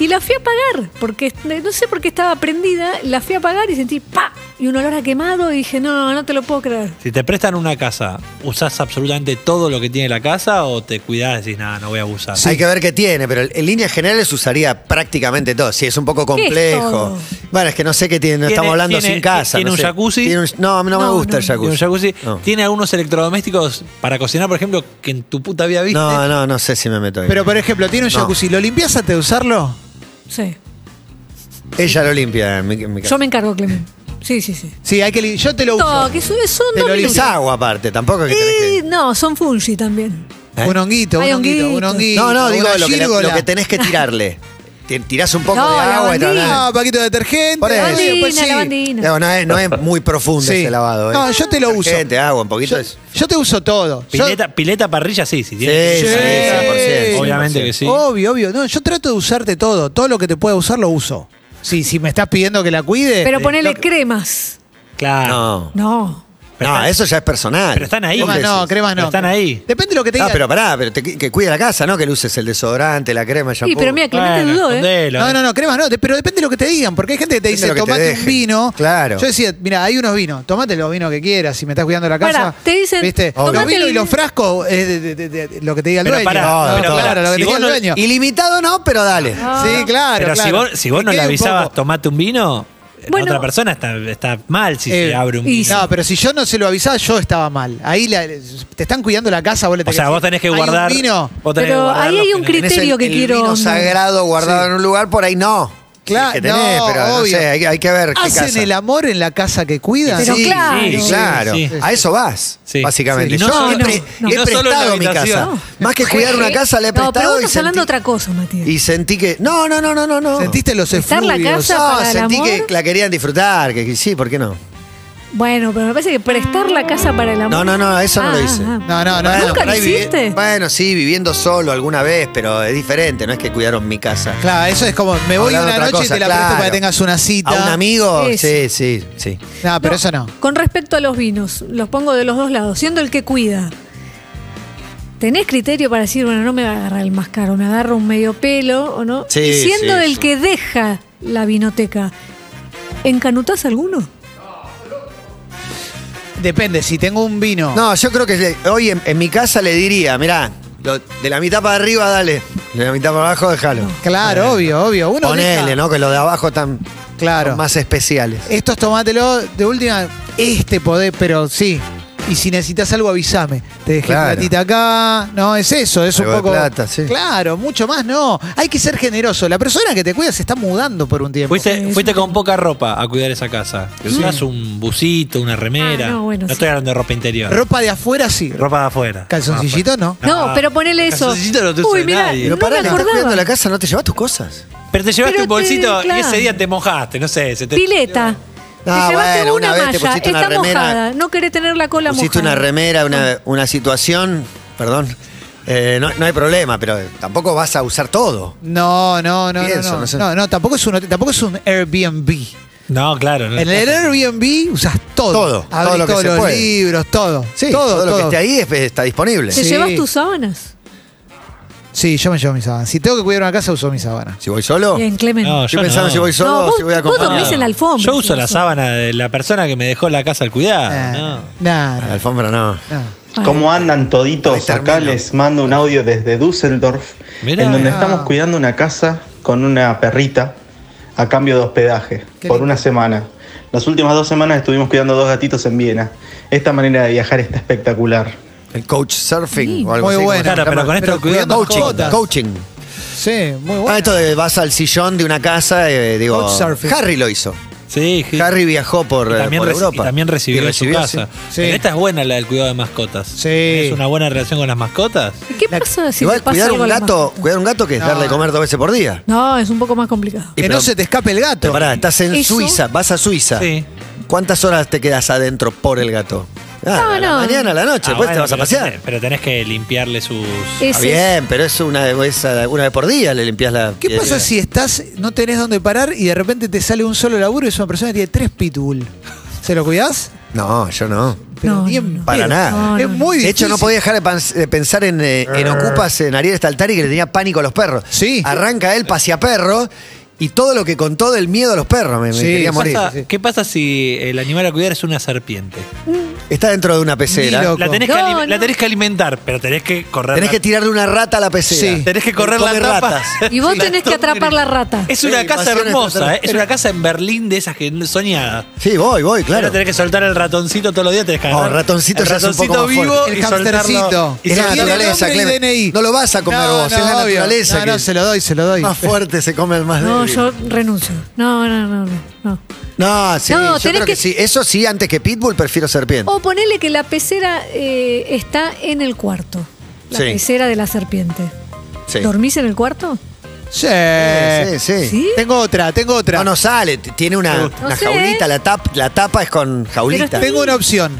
Speaker 1: Y la fui a apagar, porque no sé por qué estaba prendida, la fui a apagar y sentí pa y un olor a quemado y dije, "No, no, no te lo puedo creer."
Speaker 4: Si te prestan una casa, ¿usás absolutamente todo lo que tiene la casa o te cuidás y decís, nada, no voy a abusar?
Speaker 3: Hay que ver qué tiene, pero en líneas generales usaría prácticamente todo. Sí, es un poco
Speaker 1: ¿Qué es
Speaker 3: complejo.
Speaker 1: todo?
Speaker 3: bueno, es que no sé qué tiene, no
Speaker 4: Tiene-
Speaker 3: estamos hablando
Speaker 4: tiene-
Speaker 3: sin casa.
Speaker 4: tiene
Speaker 3: no
Speaker 4: un
Speaker 3: sé.
Speaker 4: jacuzzi.
Speaker 3: Tiene un- no, a mí no, me
Speaker 1: No,
Speaker 3: gusta
Speaker 1: no.
Speaker 3: el jacuzzi.
Speaker 4: Tiene un jacuzzi.
Speaker 3: No.
Speaker 4: Tiene algunos electrodomésticos para cocinar, por ejemplo, que en tu puta vida viste.
Speaker 3: no, no, no sé si me meto ahí.
Speaker 2: Pero por ejemplo, tiene un
Speaker 3: No.
Speaker 2: jacuzzi, ¿lo limpias antes de usarlo?
Speaker 1: Sí.
Speaker 3: Ella lo limpia. en mi- en mi casa.
Speaker 1: Yo me encargo, Clemen. Sí, sí, sí.
Speaker 2: Sí, hay que li- yo te lo uso.
Speaker 1: No, que son, son
Speaker 2: Te
Speaker 1: dos
Speaker 2: lo
Speaker 1: minutos.
Speaker 3: Es agua aparte, tampoco es que tenés que...
Speaker 1: Y no, son fungi también.
Speaker 3: ¿Eh?
Speaker 2: Un honguito,
Speaker 1: Hay
Speaker 2: un honguito, un
Speaker 1: honguitos.
Speaker 2: honguito.
Speaker 3: No, no,
Speaker 2: una
Speaker 3: digo lo que, le-
Speaker 2: gírgola.
Speaker 3: lo que tenés que tirarle. Ti- Tirás un poco
Speaker 1: No,
Speaker 3: de
Speaker 1: la
Speaker 3: agua y
Speaker 1: bandina.
Speaker 3: tal.
Speaker 2: Ah, paquito de detergente.
Speaker 3: Por eso.
Speaker 2: eh, pues
Speaker 1: Lavandina,
Speaker 2: sí.
Speaker 1: lavandina.
Speaker 3: No, no es, no es muy profundo
Speaker 2: Sí.
Speaker 3: ese lavado. ¿eh?
Speaker 2: No, yo te lo uso.
Speaker 3: Detergente, agua, un poquito
Speaker 2: Yo,
Speaker 3: es...
Speaker 2: yo te uso todo. Yo-
Speaker 4: Pileta, pileta, parrilla, sí, si
Speaker 3: Sí,
Speaker 4: tienes.
Speaker 3: sí,
Speaker 2: Sí.
Speaker 3: 100%,
Speaker 4: Obviamente que
Speaker 3: 100%.
Speaker 4: sí.
Speaker 2: Obvio, obvio. No, yo trato de usarte todo. Todo lo que te pueda usar lo uso. Sí, si me estás pidiendo que la cuide.
Speaker 1: Pero ponele cremas.
Speaker 4: Claro.
Speaker 3: No.
Speaker 1: No.
Speaker 3: No, eso ya es personal.
Speaker 4: Ah. Pero están ahí.
Speaker 3: ¿Vos
Speaker 2: cremas
Speaker 3: qué
Speaker 2: no,
Speaker 3: decís?
Speaker 2: cremas no.
Speaker 4: Pero están ahí.
Speaker 2: Depende de lo que te
Speaker 3: Ah,
Speaker 2: diga.
Speaker 3: pero pará, pero te- que cuide la casa, ¿no? Que luces el desodorante, la crema, el
Speaker 1: Y
Speaker 3: shampoo.
Speaker 1: pero mira, Clemente
Speaker 4: Bueno,
Speaker 1: dudó, ¿eh?
Speaker 4: escondelo,
Speaker 2: No,
Speaker 4: eh.
Speaker 2: no, no, cremas no, de- pero depende de lo que te digan, porque hay gente que te
Speaker 3: Depende
Speaker 2: dice,
Speaker 3: de lo que te
Speaker 2: tomate un
Speaker 3: dejen".
Speaker 2: vino.
Speaker 3: Claro.
Speaker 2: Yo decía, mira, hay unos vinos, tomate los vinos que quieras, si me estás cuidando la casa.
Speaker 1: Pará, te dicen,
Speaker 2: ¿Viste?
Speaker 3: Obvio.
Speaker 2: Los
Speaker 3: "Tomate
Speaker 2: vinos
Speaker 1: el-
Speaker 2: y los frascos es de- de- de- de- lo que te diga el
Speaker 4: Pero
Speaker 2: dueño.
Speaker 4: pará,
Speaker 2: No,
Speaker 3: pero
Speaker 2: claro,
Speaker 3: pará,
Speaker 2: lo que
Speaker 4: si
Speaker 2: te diga
Speaker 4: vos
Speaker 2: el
Speaker 4: no-
Speaker 2: dueño. Ah,
Speaker 3: Ilimitado no, pero dale.
Speaker 1: Ah.
Speaker 2: Sí, claro.
Speaker 4: Pero si
Speaker 2: claro.
Speaker 4: vos, si vos
Speaker 2: Que
Speaker 4: no le
Speaker 2: quede un
Speaker 4: avisabas,
Speaker 2: poco.
Speaker 4: tomate un vino, la
Speaker 1: Bueno.
Speaker 4: otra persona está, está mal si
Speaker 2: Eh,
Speaker 4: se abre un
Speaker 1: y-
Speaker 4: vino.
Speaker 2: No, pero si yo no se lo avisaba, yo estaba mal. Ahí la- te están cuidando la casa, vos le
Speaker 4: o sea,
Speaker 2: decir,
Speaker 4: vos tenés que
Speaker 2: "Hay un
Speaker 4: guardar.
Speaker 2: vino.
Speaker 4: vos tenés que
Speaker 1: Pero
Speaker 4: guardar
Speaker 1: ahí
Speaker 4: los
Speaker 1: hay un
Speaker 4: que tenés.
Speaker 3: Tenés
Speaker 1: criterio que
Speaker 3: el
Speaker 1: quiero,
Speaker 3: vino
Speaker 1: hombre.
Speaker 3: sagrado guardado en un lugar, por ahí no.
Speaker 2: Claro,
Speaker 3: que tenés,
Speaker 2: no,
Speaker 3: pero no
Speaker 2: obvio.
Speaker 3: sé, hay, hay que ver qué
Speaker 2: ¿Hacen
Speaker 3: casa.
Speaker 2: el amor en la casa que cuidan?
Speaker 1: Pero
Speaker 3: sí,
Speaker 1: claro.
Speaker 3: sí, claro.
Speaker 4: Ah, Sí, sí.
Speaker 3: A eso vas,
Speaker 4: Sí.
Speaker 3: básicamente.
Speaker 4: Sí, no
Speaker 3: Yo
Speaker 4: solo-
Speaker 3: he, pre-
Speaker 1: no,
Speaker 3: he
Speaker 4: no solo en la
Speaker 3: prestado mi casa.
Speaker 4: habitación.
Speaker 3: Más que cuidar una casa, le he
Speaker 1: Eh,
Speaker 3: prestado
Speaker 1: No, pero vos
Speaker 3: y,
Speaker 1: estás hablando
Speaker 3: sentí,
Speaker 1: de otra cosa, Matías.
Speaker 3: y sentí que. No, no, no, no, no. no.
Speaker 2: ¿Sentiste los
Speaker 1: Estar la
Speaker 2: efluvios?
Speaker 1: casa-
Speaker 3: No,
Speaker 1: para el
Speaker 3: sentí
Speaker 1: amor?
Speaker 3: que la querían disfrutar, que que sí, ¿por qué no?
Speaker 1: Bueno, pero me parece que prestar la casa para el amor.
Speaker 3: No, no, no, eso no lo hice.
Speaker 1: dice.
Speaker 2: No, no, no.
Speaker 1: Nunca
Speaker 3: por
Speaker 1: lo
Speaker 3: ahí vivi-
Speaker 1: hiciste.
Speaker 3: bueno, sí, viviendo solo alguna vez, pero es diferente, no es que cuidaron mi casa.
Speaker 2: Claro, eso es como, me voy
Speaker 3: Hablando
Speaker 2: una
Speaker 3: otra
Speaker 2: noche y
Speaker 3: cosa,
Speaker 2: te la presto para
Speaker 3: claro.
Speaker 2: que tengas una cita.
Speaker 3: ¿A un amigo?
Speaker 1: Sí,
Speaker 3: Sí, sí, sí.
Speaker 2: No, pero eso no.
Speaker 1: Con respecto a los vinos, los pongo de los dos lados, siendo el que cuida. ¿Tenés criterio para decir, bueno, no me va a agarrar el más caro, me agarro un medio pelo o no?
Speaker 3: Sí,
Speaker 1: y siendo
Speaker 3: sí,
Speaker 1: el
Speaker 3: sí.
Speaker 1: que deja la vinoteca, ¿encanutás alguno?
Speaker 2: Depende, si tengo un vino.
Speaker 3: No, yo creo que le- hoy en, en mi casa le diría, mirá, lo- de la mitad para arriba dale, de la mitad para abajo déjalo.
Speaker 2: Claro, obvio, obvio. Uno
Speaker 3: Ponele,
Speaker 2: deja-
Speaker 3: ¿no? Que los de abajo están
Speaker 2: Claro.
Speaker 3: son más especiales.
Speaker 2: Estos tomátelo de última, este podés, pero sí. Y si necesitas algo, avísame. Te dejé
Speaker 3: Claro.
Speaker 2: platita acá. No, es eso, es
Speaker 3: Algo
Speaker 2: un
Speaker 3: de
Speaker 2: poco.
Speaker 3: plata, sí.
Speaker 2: Claro, mucho más no. Hay que ser generoso. La persona que te cuida se está mudando por un tiempo.
Speaker 1: pues.
Speaker 4: Fuiste, fuiste con poca ropa a cuidar esa casa. Usás un busito, una remera.
Speaker 1: Ah, no,
Speaker 4: no,
Speaker 1: bueno, sí.
Speaker 4: estoy hablando de ropa interior.
Speaker 2: Ropa de afuera, sí.
Speaker 4: ropa de afuera.
Speaker 2: Calzoncillito, no.
Speaker 1: No,
Speaker 4: Ah,
Speaker 1: pero ponele eso.
Speaker 4: calzoncillito no te usa
Speaker 1: Uy, mira,
Speaker 4: nadie.
Speaker 1: no
Speaker 3: Pero pará,
Speaker 1: me
Speaker 3: le estás cuidando
Speaker 1: acordaba.
Speaker 3: la casa, no te llevas tus cosas.
Speaker 4: Pero te llevaste
Speaker 1: Pero
Speaker 4: un bolsito
Speaker 1: te-
Speaker 4: y
Speaker 1: claro.
Speaker 4: ese día te mojaste, no sé. Se te,
Speaker 1: Pileta.
Speaker 3: Ah,
Speaker 1: te llevaste
Speaker 3: bueno,
Speaker 1: una,
Speaker 3: una vez te
Speaker 1: malla,
Speaker 3: pusiste una
Speaker 1: está
Speaker 3: remera.
Speaker 1: mojada, no querés tener la cola
Speaker 3: Pusiste
Speaker 1: mojada.
Speaker 3: una remera, una, una situación, perdón. eh, no, no hay problema, pero eh, tampoco vas a usar todo.
Speaker 2: No, no, no,
Speaker 3: Pienso,
Speaker 2: no, no.
Speaker 3: no sé.
Speaker 2: No, no, tampoco es un, hotel, tampoco es un Airbnb.
Speaker 4: No, claro. no.
Speaker 2: En el Airbnb usas todo.
Speaker 3: Todo,
Speaker 2: Abrís
Speaker 3: todo lo que
Speaker 2: todos
Speaker 3: se
Speaker 2: los
Speaker 3: puede.
Speaker 2: libros, todo.
Speaker 3: Sí,
Speaker 2: todo,
Speaker 3: todo, lo que esté ahí es- está disponible.
Speaker 1: ¿Te
Speaker 2: Sí.
Speaker 1: llevas tus sábanas?
Speaker 2: Sí, yo me llevo mis sábanas. Si tengo que cuidar una casa, uso mis sábanas.
Speaker 3: Si voy solo,
Speaker 1: Bien, Clemen.
Speaker 4: No, yo
Speaker 3: estoy pensando
Speaker 4: no.
Speaker 3: si voy solo
Speaker 1: No, vos-
Speaker 3: o si voy
Speaker 1: vos
Speaker 3: acompañado.
Speaker 1: dormís en la alfombra.
Speaker 4: Yo uso la
Speaker 1: Eso.
Speaker 4: sábana de la persona que me dejó la casa al
Speaker 3: Ah,
Speaker 4: cuidado.
Speaker 2: Nah,
Speaker 4: ¿no?
Speaker 2: nah,
Speaker 3: La alfombra no.
Speaker 2: nah.
Speaker 1: Bueno.
Speaker 5: ¿Cómo andan
Speaker 3: Ahí
Speaker 5: toditos?
Speaker 3: termino.
Speaker 5: Acá les mando un audio desde Düsseldorf,
Speaker 4: Mirá.
Speaker 5: en donde
Speaker 4: Ah.
Speaker 5: estamos cuidando una casa con una perrita a cambio de hospedaje
Speaker 2: Qué
Speaker 5: por
Speaker 2: lindo.
Speaker 5: una semana. Las últimas dos semanas estuvimos cuidando dos gatitos en Viena. Esta manera de viajar está espectacular.
Speaker 3: El coach surfing
Speaker 1: Sí.
Speaker 3: o algo
Speaker 2: Muy
Speaker 3: así.
Speaker 2: bueno.
Speaker 4: Claro, pero con esto
Speaker 2: Pero
Speaker 4: cuidando
Speaker 3: Coaching,
Speaker 2: mascotas.
Speaker 3: coaching.
Speaker 2: Sí, muy bueno.
Speaker 3: Ah, esto de vas al sillón de una casa, eh, digo,
Speaker 2: Couch surfing.
Speaker 3: Harry lo hizo.
Speaker 4: Sí, sí.
Speaker 3: Harry viajó por,
Speaker 4: Y también,
Speaker 3: eh, por
Speaker 4: reci-
Speaker 3: Europa.
Speaker 4: y también recibió,
Speaker 3: Y
Speaker 4: en su casa.
Speaker 3: sí.
Speaker 2: Sí.
Speaker 4: Pero esta es buena la del cuidado de mascotas.
Speaker 2: Sí.
Speaker 4: ¿Tenés una buena relación con las mascotas?
Speaker 3: pues,
Speaker 1: ¿Qué pasa si
Speaker 3: Igual
Speaker 1: te pasa
Speaker 3: cuidar
Speaker 1: algo
Speaker 3: un
Speaker 1: a la
Speaker 3: gato,
Speaker 1: mascota?
Speaker 3: cuidar un gato que es
Speaker 2: No.
Speaker 3: darle de comer dos veces por día.
Speaker 1: No, es un poco más complicado.
Speaker 2: Que
Speaker 3: Y
Speaker 2: no
Speaker 3: pero-
Speaker 2: se te escape el gato.
Speaker 3: Pero pará, estás en
Speaker 1: Eso-
Speaker 3: Suiza, vas a Suiza.
Speaker 4: Sí.
Speaker 3: ¿Cuántas horas te quedas adentro por el gato? Ah,
Speaker 1: No,
Speaker 3: a la
Speaker 1: no.
Speaker 3: mañana, a la noche,
Speaker 4: Ah,
Speaker 3: después te
Speaker 4: bueno,
Speaker 3: vas a
Speaker 4: pero
Speaker 3: pasear.
Speaker 4: tenés- Pero tenés que limpiarle sus.
Speaker 3: Está
Speaker 1: Ese es-
Speaker 3: bien, pero es una, es ah, una vez por día le limpias la.
Speaker 2: ¿Qué
Speaker 3: piel.
Speaker 2: pasa si estás, no tenés dónde parar y de repente te sale un solo laburo y es una persona que tiene tres pitbull? ¿Se lo cuidás?
Speaker 3: No, yo no.
Speaker 2: Pero
Speaker 1: No,
Speaker 2: ni en
Speaker 1: no, no.
Speaker 3: Para
Speaker 2: pedo.
Speaker 3: nada.
Speaker 1: No,
Speaker 2: Es
Speaker 1: no, no.
Speaker 2: muy
Speaker 3: de
Speaker 2: difícil.
Speaker 3: hecho, no podía dejar de, pans- de pensar en, eh, en Ocupas, en Ariel Staltari, que le tenía pánico a los perros.
Speaker 2: Sí.
Speaker 3: Arranca él, pasea perros y todo lo que contó del miedo a los perros. Me, me
Speaker 2: Sí,
Speaker 3: quería
Speaker 2: pasa-
Speaker 3: morir.
Speaker 4: Pasa-
Speaker 2: sí.
Speaker 4: ¿Qué pasa si el animal a cuidar es una serpiente?
Speaker 3: Está dentro de una pecera.
Speaker 2: Ni loco.
Speaker 4: La tenés,
Speaker 1: No,
Speaker 4: que alime-
Speaker 1: no.
Speaker 4: la tenés que alimentar, pero tenés que correr.
Speaker 3: Tenés
Speaker 4: la-
Speaker 3: que tirar de una rata a la pecera.
Speaker 2: Sí.
Speaker 4: tenés que correr la
Speaker 3: Come
Speaker 4: tapa.
Speaker 3: ratas.
Speaker 1: Y vos tenés que atrapar la rata.
Speaker 4: Es una
Speaker 3: Sí,
Speaker 4: casa
Speaker 3: invasión
Speaker 4: hermosa, ¿eh?
Speaker 3: extraterrestre.
Speaker 4: es una casa en Berlín de esas que no- soñadas.
Speaker 3: Sí, voy, voy,
Speaker 4: Ahora
Speaker 3: claro.
Speaker 4: tenés que soltar el ratoncito todos los días, tenés que
Speaker 3: No,
Speaker 4: agarrar
Speaker 3: ratoncito
Speaker 4: el
Speaker 3: ya es un
Speaker 4: ratoncito
Speaker 3: poco más
Speaker 4: vivo
Speaker 3: fuerte.
Speaker 2: El
Speaker 4: y soltarlo.
Speaker 2: hamstercito.
Speaker 4: Y
Speaker 3: Es la
Speaker 4: soltarlo-
Speaker 2: tiene
Speaker 3: naturaleza,
Speaker 2: nombre y
Speaker 3: Clemen.
Speaker 2: DNI.
Speaker 3: No lo vas a comer vos, es la
Speaker 2: obvio.
Speaker 3: naturaleza Ah,
Speaker 2: No,
Speaker 3: que-
Speaker 2: no, se lo doy, se lo doy.
Speaker 3: más fuerte se come el más
Speaker 1: No,
Speaker 3: débil.
Speaker 1: yo renuncio. No, no, no, no. no.
Speaker 3: No, sí,
Speaker 1: No,
Speaker 3: yo
Speaker 1: tenés
Speaker 3: creo que...
Speaker 1: que- Oh,
Speaker 3: sí. Eso sí, antes que Pitbull, prefiero serpiente.
Speaker 1: O ponele que la pecera eh, está en el cuarto. La
Speaker 3: Sí.
Speaker 1: pecera de la serpiente.
Speaker 3: Sí.
Speaker 1: ¿Dormís en el cuarto?
Speaker 2: Sí.
Speaker 3: Sí, sí.
Speaker 1: ¿Sí?
Speaker 2: Tengo otra, tengo otra.
Speaker 3: No, no sale, t- tiene una, una
Speaker 1: No sé. ¿eh?
Speaker 3: jaulita, la, tap- la tapa es con jaulita.
Speaker 2: Tengo una opción.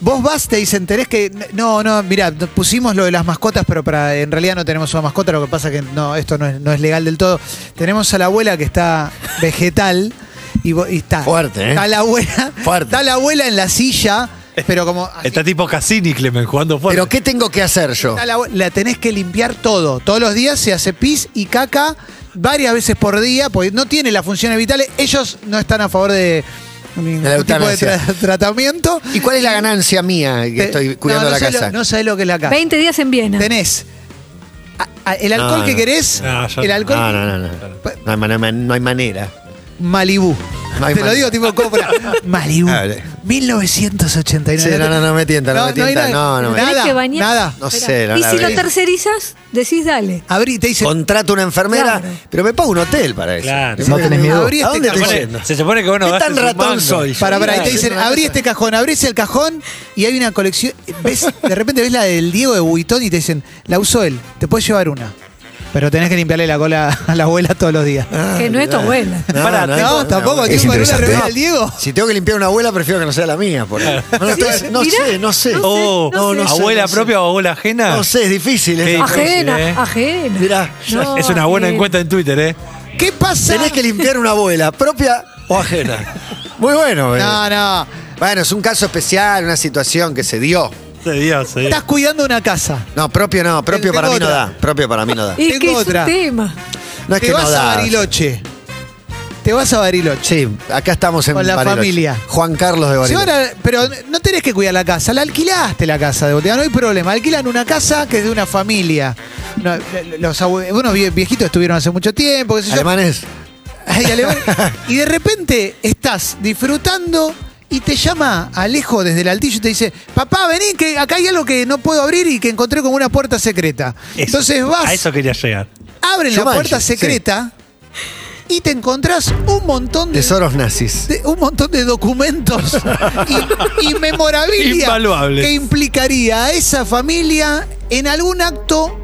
Speaker 2: Vos vas, te dicen, tenés que. No, no, mirá, pusimos lo de las mascotas, pero para, en realidad no tenemos una mascota, lo que pasa que no, esto no es, no es legal del todo. Tenemos a la abuela que está vegetal y, vo- y está.
Speaker 3: Fuerte, ¿eh?
Speaker 2: Está la abuela.
Speaker 3: Fuerte.
Speaker 2: Está la abuela en la silla, pero como. así,
Speaker 4: Está tipo Cassini, Clemen, jugando fuerte.
Speaker 3: Pero ¿qué tengo que hacer yo?
Speaker 2: está la, abue- la tenés que limpiar todo. Todos los días se hace pis y caca varias veces por día, porque no tiene las funciones vitales. Ellos no están a favor de ningún tipo de
Speaker 3: eutanasia.
Speaker 2: tra- tratamiento.
Speaker 3: ¿Y cuál es la ganancia mía que
Speaker 2: Te-
Speaker 3: estoy
Speaker 2: Eh, no,
Speaker 3: cuidando
Speaker 2: no
Speaker 3: la
Speaker 2: sabés lo-
Speaker 3: casa?
Speaker 2: no sabés lo que es la casa.
Speaker 1: 20 días en Viena.
Speaker 2: Tenés a- a- el alcohol
Speaker 3: No,
Speaker 2: que
Speaker 3: no.
Speaker 2: querés,
Speaker 4: No, yo
Speaker 2: el
Speaker 4: no.
Speaker 2: alcohol
Speaker 3: no, no, no, no. No hay, man- man- no hay manera.
Speaker 2: Malibú.
Speaker 3: No hay
Speaker 2: Te lo digo
Speaker 3: manera.
Speaker 2: tipo compra. Malibú.
Speaker 3: A ver.
Speaker 2: 1989.
Speaker 3: Sí, no, no, no me tienta, no, me
Speaker 2: hay
Speaker 3: tienta.
Speaker 2: nada.
Speaker 3: No, no me
Speaker 1: Tenés
Speaker 2: nada,
Speaker 1: que bañar.
Speaker 2: nada.
Speaker 3: No sé, no
Speaker 1: y
Speaker 3: la
Speaker 1: si lo
Speaker 3: verdad.
Speaker 1: tercerizas, decís dale.
Speaker 2: Abrí, te dice.
Speaker 3: Contrato una enfermera,
Speaker 1: Claro.
Speaker 3: pero me pago un hotel para eso.
Speaker 4: Claro.
Speaker 2: No tenés miedo.
Speaker 3: ¿A dónde
Speaker 4: Se
Speaker 3: estoy
Speaker 4: supone-
Speaker 3: yendo?
Speaker 4: se supone que vos no
Speaker 3: ¿Qué
Speaker 4: gastes
Speaker 3: tan
Speaker 4: un
Speaker 3: ratón
Speaker 4: mango?
Speaker 3: soy? yo?
Speaker 2: Para, para, y te
Speaker 3: Claro.
Speaker 2: dicen, abrí este cajón, abrís el cajón y hay una colección. Ves, de repente ves la del Diego de Buitón y te dicen, la usó él, te puedes llevar una. Pero tenés que limpiarle la cola a la abuela todos los días.
Speaker 1: que no es tu abuela.
Speaker 4: Pará,
Speaker 2: no, tampoco,
Speaker 3: es
Speaker 2: tiempo para una
Speaker 3: interesante.
Speaker 2: reunión al Diego.
Speaker 3: Si tengo que limpiar una abuela, prefiero que no sea la mía. por ahí. No, no, estoy- no
Speaker 1: mirá,
Speaker 3: sé, no sé.
Speaker 1: no sé,
Speaker 4: Oh,
Speaker 1: no sé.
Speaker 4: abuela
Speaker 3: no sé.
Speaker 4: propia o abuela ajena.
Speaker 3: No sé, es difícil. es
Speaker 4: Qué
Speaker 3: difícil.
Speaker 4: difícil,
Speaker 1: Ajena,
Speaker 4: eh.
Speaker 1: ajena.
Speaker 3: Mirá,
Speaker 1: No,
Speaker 4: es una buena
Speaker 1: ajena.
Speaker 4: encuesta en Twitter, ¿eh?
Speaker 2: Ah, ¿Qué pasa?
Speaker 3: Tenés que limpiar una abuela, propia o ajena. Muy bueno. eh.
Speaker 2: No, no.
Speaker 3: Bueno, es un caso especial, una situación que se dio.
Speaker 4: Se dio, se
Speaker 2: Estás cuidando una casa.
Speaker 3: No, propio no, propio
Speaker 2: Tengo
Speaker 3: para mí no
Speaker 2: otra.
Speaker 3: da. Propio para mí no da.
Speaker 1: Y
Speaker 2: Tengo
Speaker 1: que es
Speaker 2: otra.
Speaker 1: un tema.
Speaker 3: No es
Speaker 2: Te
Speaker 3: que
Speaker 2: vas
Speaker 3: no
Speaker 2: a
Speaker 3: da.
Speaker 2: Bariloche. Te vas a Bariloche.
Speaker 3: Sí, acá estamos en
Speaker 2: Con la
Speaker 3: Bariloche.
Speaker 2: familia.
Speaker 3: Juan Carlos de
Speaker 2: Se
Speaker 3: Bariloche.
Speaker 2: van a- pero no tenés que cuidar la casa, la alquilaste la casa de Botea, no hay problema. Alquilan una casa que es de una familia. No, los abue- unos vie- viejitos estuvieron hace mucho tiempo, qué sé yo.
Speaker 3: Alemanes.
Speaker 2: Ay, alemán. y de repente estás disfrutando y te llama Alejo desde el altillo y te dice, papá, vení, que acá hay algo que no puedo abrir y que encontré como una puerta secreta.
Speaker 4: Eso.
Speaker 2: Entonces vas,
Speaker 4: A eso quería llegar.
Speaker 2: abren la
Speaker 3: Jumanji,
Speaker 2: puerta
Speaker 3: sí.
Speaker 2: secreta y te encontrás un montón de...
Speaker 3: Tesoros nazis.
Speaker 2: de- un montón de documentos y, y memorabilia
Speaker 4: Invaluables.
Speaker 2: que implicaría a esa familia en algún acto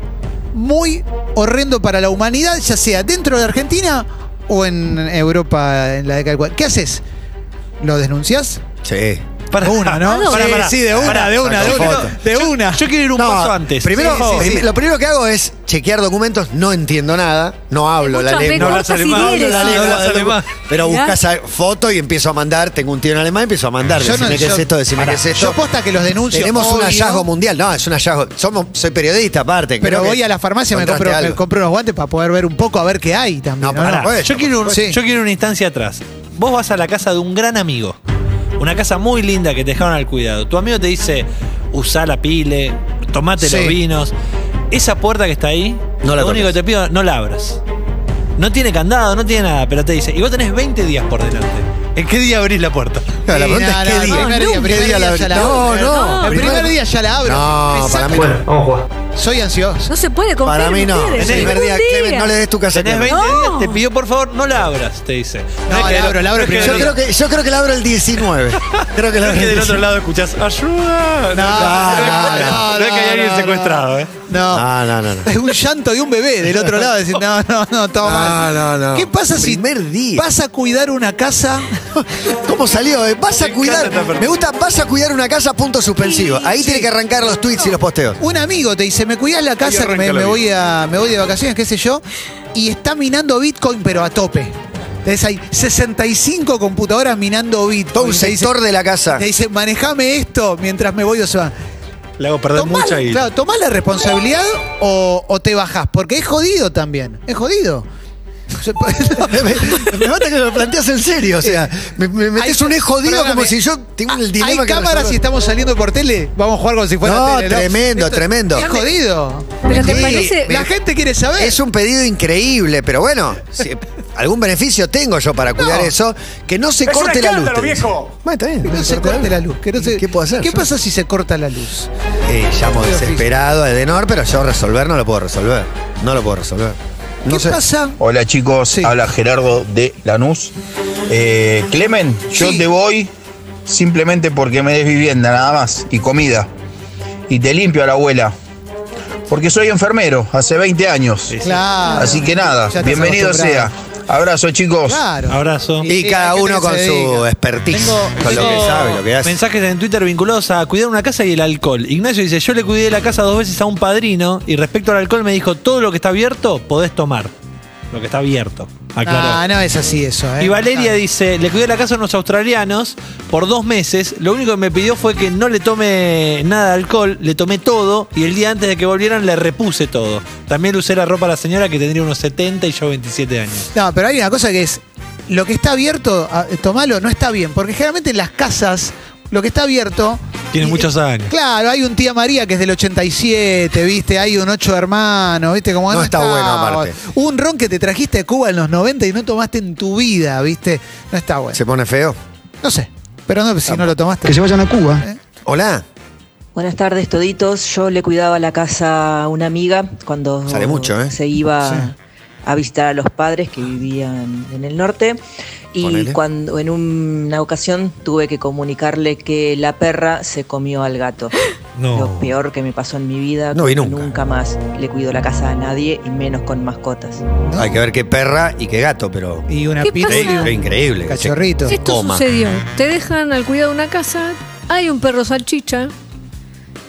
Speaker 2: muy horrendo para la humanidad, ya sea dentro de Argentina o en Europa en la década del cua- ¿Qué haces? ¿Lo denunciás?
Speaker 3: Sí.
Speaker 4: Para
Speaker 2: Una, ¿no?
Speaker 1: no,
Speaker 2: Sí,
Speaker 1: pará, pará.
Speaker 2: sí, de una,
Speaker 4: Pará,
Speaker 2: de una, de
Speaker 3: saco
Speaker 2: una.
Speaker 3: foto.
Speaker 2: de una.
Speaker 4: Yo quiero ir un
Speaker 3: No,
Speaker 4: paso antes.
Speaker 3: Primero,
Speaker 4: Por favor.
Speaker 2: sí, sí.
Speaker 3: prim- lo primero que hago es chequear documentos, no entiendo nada, no hablo la
Speaker 1: Muchas veces
Speaker 4: no
Speaker 3: lengua.
Speaker 4: hablas
Speaker 1: cortas y
Speaker 4: alemán, no
Speaker 1: dieres.
Speaker 4: hablas
Speaker 3: La
Speaker 4: Sí,
Speaker 3: lengua
Speaker 4: hablas
Speaker 3: del docu-
Speaker 4: alemán.
Speaker 3: Pero
Speaker 1: Mirá.
Speaker 3: buscas a- foto y empiezo a mandar. Tengo un tío en alemán y empiezo a mandar.
Speaker 2: Yo no-
Speaker 3: decime qué
Speaker 2: yo-
Speaker 3: es esto, decime
Speaker 2: pará,
Speaker 3: qué es esto.
Speaker 2: yo posta que los denuncio,
Speaker 3: Tenemos un
Speaker 2: obvio.
Speaker 3: hallazgo mundial. No, es un hallazgo. Somos, soy periodista aparte.
Speaker 2: Pero
Speaker 3: creo que
Speaker 2: voy a la farmacia, me
Speaker 3: encontraste
Speaker 2: compro, me
Speaker 3: algo.
Speaker 2: compro unos guantes para poder ver un poco a ver qué hay también.
Speaker 3: No, pará,
Speaker 4: Pará, yo,
Speaker 3: por
Speaker 4: quiero un-
Speaker 2: Sí.
Speaker 4: yo quiero una instancia atrás. Vos vas a la casa de un gran amigo. Una casa muy linda que te dejaron al cuidado. Tu amigo te dice, usá la pile, tomate
Speaker 2: Sí.
Speaker 4: los vinos. Esa puerta que está ahí,
Speaker 3: No la
Speaker 4: lo único
Speaker 3: toques.
Speaker 4: que te pido, no la abras. No tiene candado, no tiene nada, pero te dice, y vos tenés 20 días por delante. ¿En qué día abrís la puerta?
Speaker 3: Claro, la
Speaker 2: Sí, no,
Speaker 3: pregunta es
Speaker 2: no,
Speaker 3: qué
Speaker 2: el
Speaker 3: día.
Speaker 2: primer día,
Speaker 3: ¿Qué
Speaker 2: primer
Speaker 3: día
Speaker 2: día
Speaker 3: la-
Speaker 2: ya la
Speaker 3: No,
Speaker 2: abro.
Speaker 3: no.
Speaker 1: No,
Speaker 2: El primer día ya la abro.
Speaker 3: No,
Speaker 2: Me
Speaker 3: pues-
Speaker 2: saca-
Speaker 3: para mí no.
Speaker 5: vamos a jugar.
Speaker 2: Soy ansioso.
Speaker 1: No se puede confiar
Speaker 3: Para mí
Speaker 1: en
Speaker 3: no.
Speaker 1: ustedes.
Speaker 3: El primer
Speaker 1: Ningún
Speaker 3: día, Clemen, no le des tu casa. a
Speaker 4: Tenés
Speaker 3: Clemen.
Speaker 4: 20 días,
Speaker 1: No.
Speaker 4: te pidió por favor, no la abras, te dice.
Speaker 2: No,
Speaker 4: es que
Speaker 2: la
Speaker 4: lo-
Speaker 2: abro, la abro
Speaker 4: no es que
Speaker 2: primero.
Speaker 3: Yo
Speaker 4: del-
Speaker 3: creo que, yo creo que la abro el 19. Creo que la
Speaker 4: no es
Speaker 3: abro el
Speaker 4: que del otro
Speaker 3: 19.
Speaker 4: lado escuchás, ayuda.
Speaker 2: no, no,
Speaker 4: no es que hay
Speaker 2: no,
Speaker 4: alguien
Speaker 2: no,
Speaker 4: secuestrado, ¿eh?
Speaker 2: No.
Speaker 3: No, no, no. no.
Speaker 2: Es un llanto de un bebé del otro lado. Decir, no, no, Ah, no, todo
Speaker 3: No,
Speaker 2: mal.
Speaker 3: no, no.
Speaker 2: ¿Qué pasa si
Speaker 3: Primer día.
Speaker 2: vas a cuidar una casa?
Speaker 3: ¿Cómo salió? eh? Vas a
Speaker 4: Me
Speaker 3: cuidar.
Speaker 4: encanta esta persona.
Speaker 3: Me gusta, vas a cuidar una casa, punto suspensivo. Ahí tiene que arrancar los tweets y los posteos.
Speaker 2: Un amigo te dice, me cuidás la casa, que
Speaker 4: arranca
Speaker 2: me,
Speaker 4: la
Speaker 2: me
Speaker 4: vida.
Speaker 2: voy a, me voy de vacaciones, qué sé yo, y está minando Bitcoin, pero a tope. Entonces hay 65 computadoras minando Bitcoin.
Speaker 3: Todo un
Speaker 2: Te dice-
Speaker 3: sector de la casa.
Speaker 2: Te dice, manejame esto mientras me voy o se va.
Speaker 4: Le hago perder
Speaker 2: Tomás,
Speaker 4: mucha guita.
Speaker 2: claro, tomás la responsabilidad o, o te bajás, porque es jodido también, es jodido. Se puede-
Speaker 3: me, me mata que me lo planteas en serio. O sea, me, me metes
Speaker 2: Hay-
Speaker 3: un es jodido
Speaker 2: perdóname, Ah,
Speaker 3: como si yo tengo el dilema
Speaker 2: Hay
Speaker 3: que
Speaker 2: cámaras
Speaker 3: resolver.
Speaker 2: y estamos saliendo por tele, vamos a jugar como si fuera
Speaker 3: No,
Speaker 2: tele,
Speaker 3: tremendo,
Speaker 2: Esto-
Speaker 3: tremendo.
Speaker 2: Es jodido.
Speaker 1: Pero te
Speaker 3: Sí,
Speaker 1: parece.
Speaker 2: La gente quiere saber.
Speaker 3: Es un pedido increíble, pero bueno, si- algún beneficio tengo yo para cuidar
Speaker 2: No.
Speaker 3: eso. Que no se corte la luz. te dice. Bueno, está bien,
Speaker 2: Que no se corte la luz. que no se-
Speaker 3: ¿Qué puedo hacer?
Speaker 2: ¿Qué
Speaker 3: Yo-
Speaker 2: pasa si se corta la luz?
Speaker 3: Eh, llamo desesperado a Edenor, pero yo resolver no lo puedo resolver. No lo puedo resolver. No
Speaker 2: ¿Qué
Speaker 3: sé.
Speaker 2: pasa?
Speaker 6: Hola chicos,
Speaker 2: Sí.
Speaker 6: habla Gerardo de Lanús. Eh, Clemen, yo
Speaker 2: Sí.
Speaker 6: te voy simplemente porque me des vivienda nada más y comida. Y te limpio a la abuela. Porque soy enfermero, hace 20 años.
Speaker 2: Claro.
Speaker 6: Así que nada,
Speaker 2: Ya estás
Speaker 6: bienvenido sea.
Speaker 2: acostumbrado.
Speaker 6: Abrazo chicos.
Speaker 2: Claro.
Speaker 4: Abrazo.
Speaker 3: Y
Speaker 2: Sí,
Speaker 3: cada
Speaker 2: hay gente
Speaker 3: uno
Speaker 2: que
Speaker 3: con
Speaker 2: se
Speaker 3: su eh,
Speaker 2: dedica.
Speaker 3: expertise,
Speaker 2: Tengo-
Speaker 3: con lo que
Speaker 4: Tengo
Speaker 3: sabe, lo que hace.
Speaker 4: Mensajes en Twitter vinculados a cuidar una casa y el alcohol. Ignacio dice, yo le cuidé la casa dos veces a un padrino y respecto al alcohol me dijo, todo lo que está abierto podés tomar. Lo que está abierto. Aclaró.
Speaker 2: Ah, no es así eso, ¿eh?
Speaker 4: Y Valeria dice, le cuidé la casa a unos australianos por dos meses, lo único que me pidió fue que no le tome nada de alcohol, le tomé todo y el día antes de que volvieran le repuse todo. También le usé la ropa a la señora que tendría unos 70 y yo 27 años.
Speaker 2: No, pero hay una cosa que es, lo que está abierto, a- tomalo, no está bien, porque generalmente en las casas, lo que está abierto...
Speaker 4: Tiene
Speaker 2: y-
Speaker 4: muchos años.
Speaker 2: Claro, hay un tía María que es del 87, ¿viste? Hay un ocho hermanos, ¿viste? Como
Speaker 3: No está bueno, aparte.
Speaker 2: Un ron que te trajiste de Cuba en los 90 y no tomaste en tu vida, ¿viste? No está bueno.
Speaker 3: ¿Se pone feo?
Speaker 2: No sé, pero no, si no lo tomaste...
Speaker 7: vayan a Cuba.
Speaker 3: Hola.
Speaker 8: Buenas tardes, toditos. Yo le cuidaba la casa a una amiga cuando
Speaker 3: Sale mucho, ¿eh?
Speaker 8: se iba
Speaker 2: Sí.
Speaker 8: a visitar a los padres que vivían en el norte. Y
Speaker 3: Ponele.
Speaker 8: cuando en una ocasión tuve que comunicarle que la perra se comió al gato.
Speaker 4: No.
Speaker 8: Lo peor que me pasó en mi vida.
Speaker 3: No vi
Speaker 8: creo que
Speaker 3: nunca.
Speaker 8: más le cuido la casa a nadie y menos con mascotas.
Speaker 3: Hay que ver qué perra y qué gato, pero.
Speaker 2: Y una
Speaker 1: ¿Qué
Speaker 2: pizza.
Speaker 1: pasa?
Speaker 3: Increíble, qué increíble.
Speaker 2: Cachorrito.
Speaker 1: Esto
Speaker 3: Coma.
Speaker 1: sucedió. Te dejan al cuidado de una casa, hay un perro salchicha.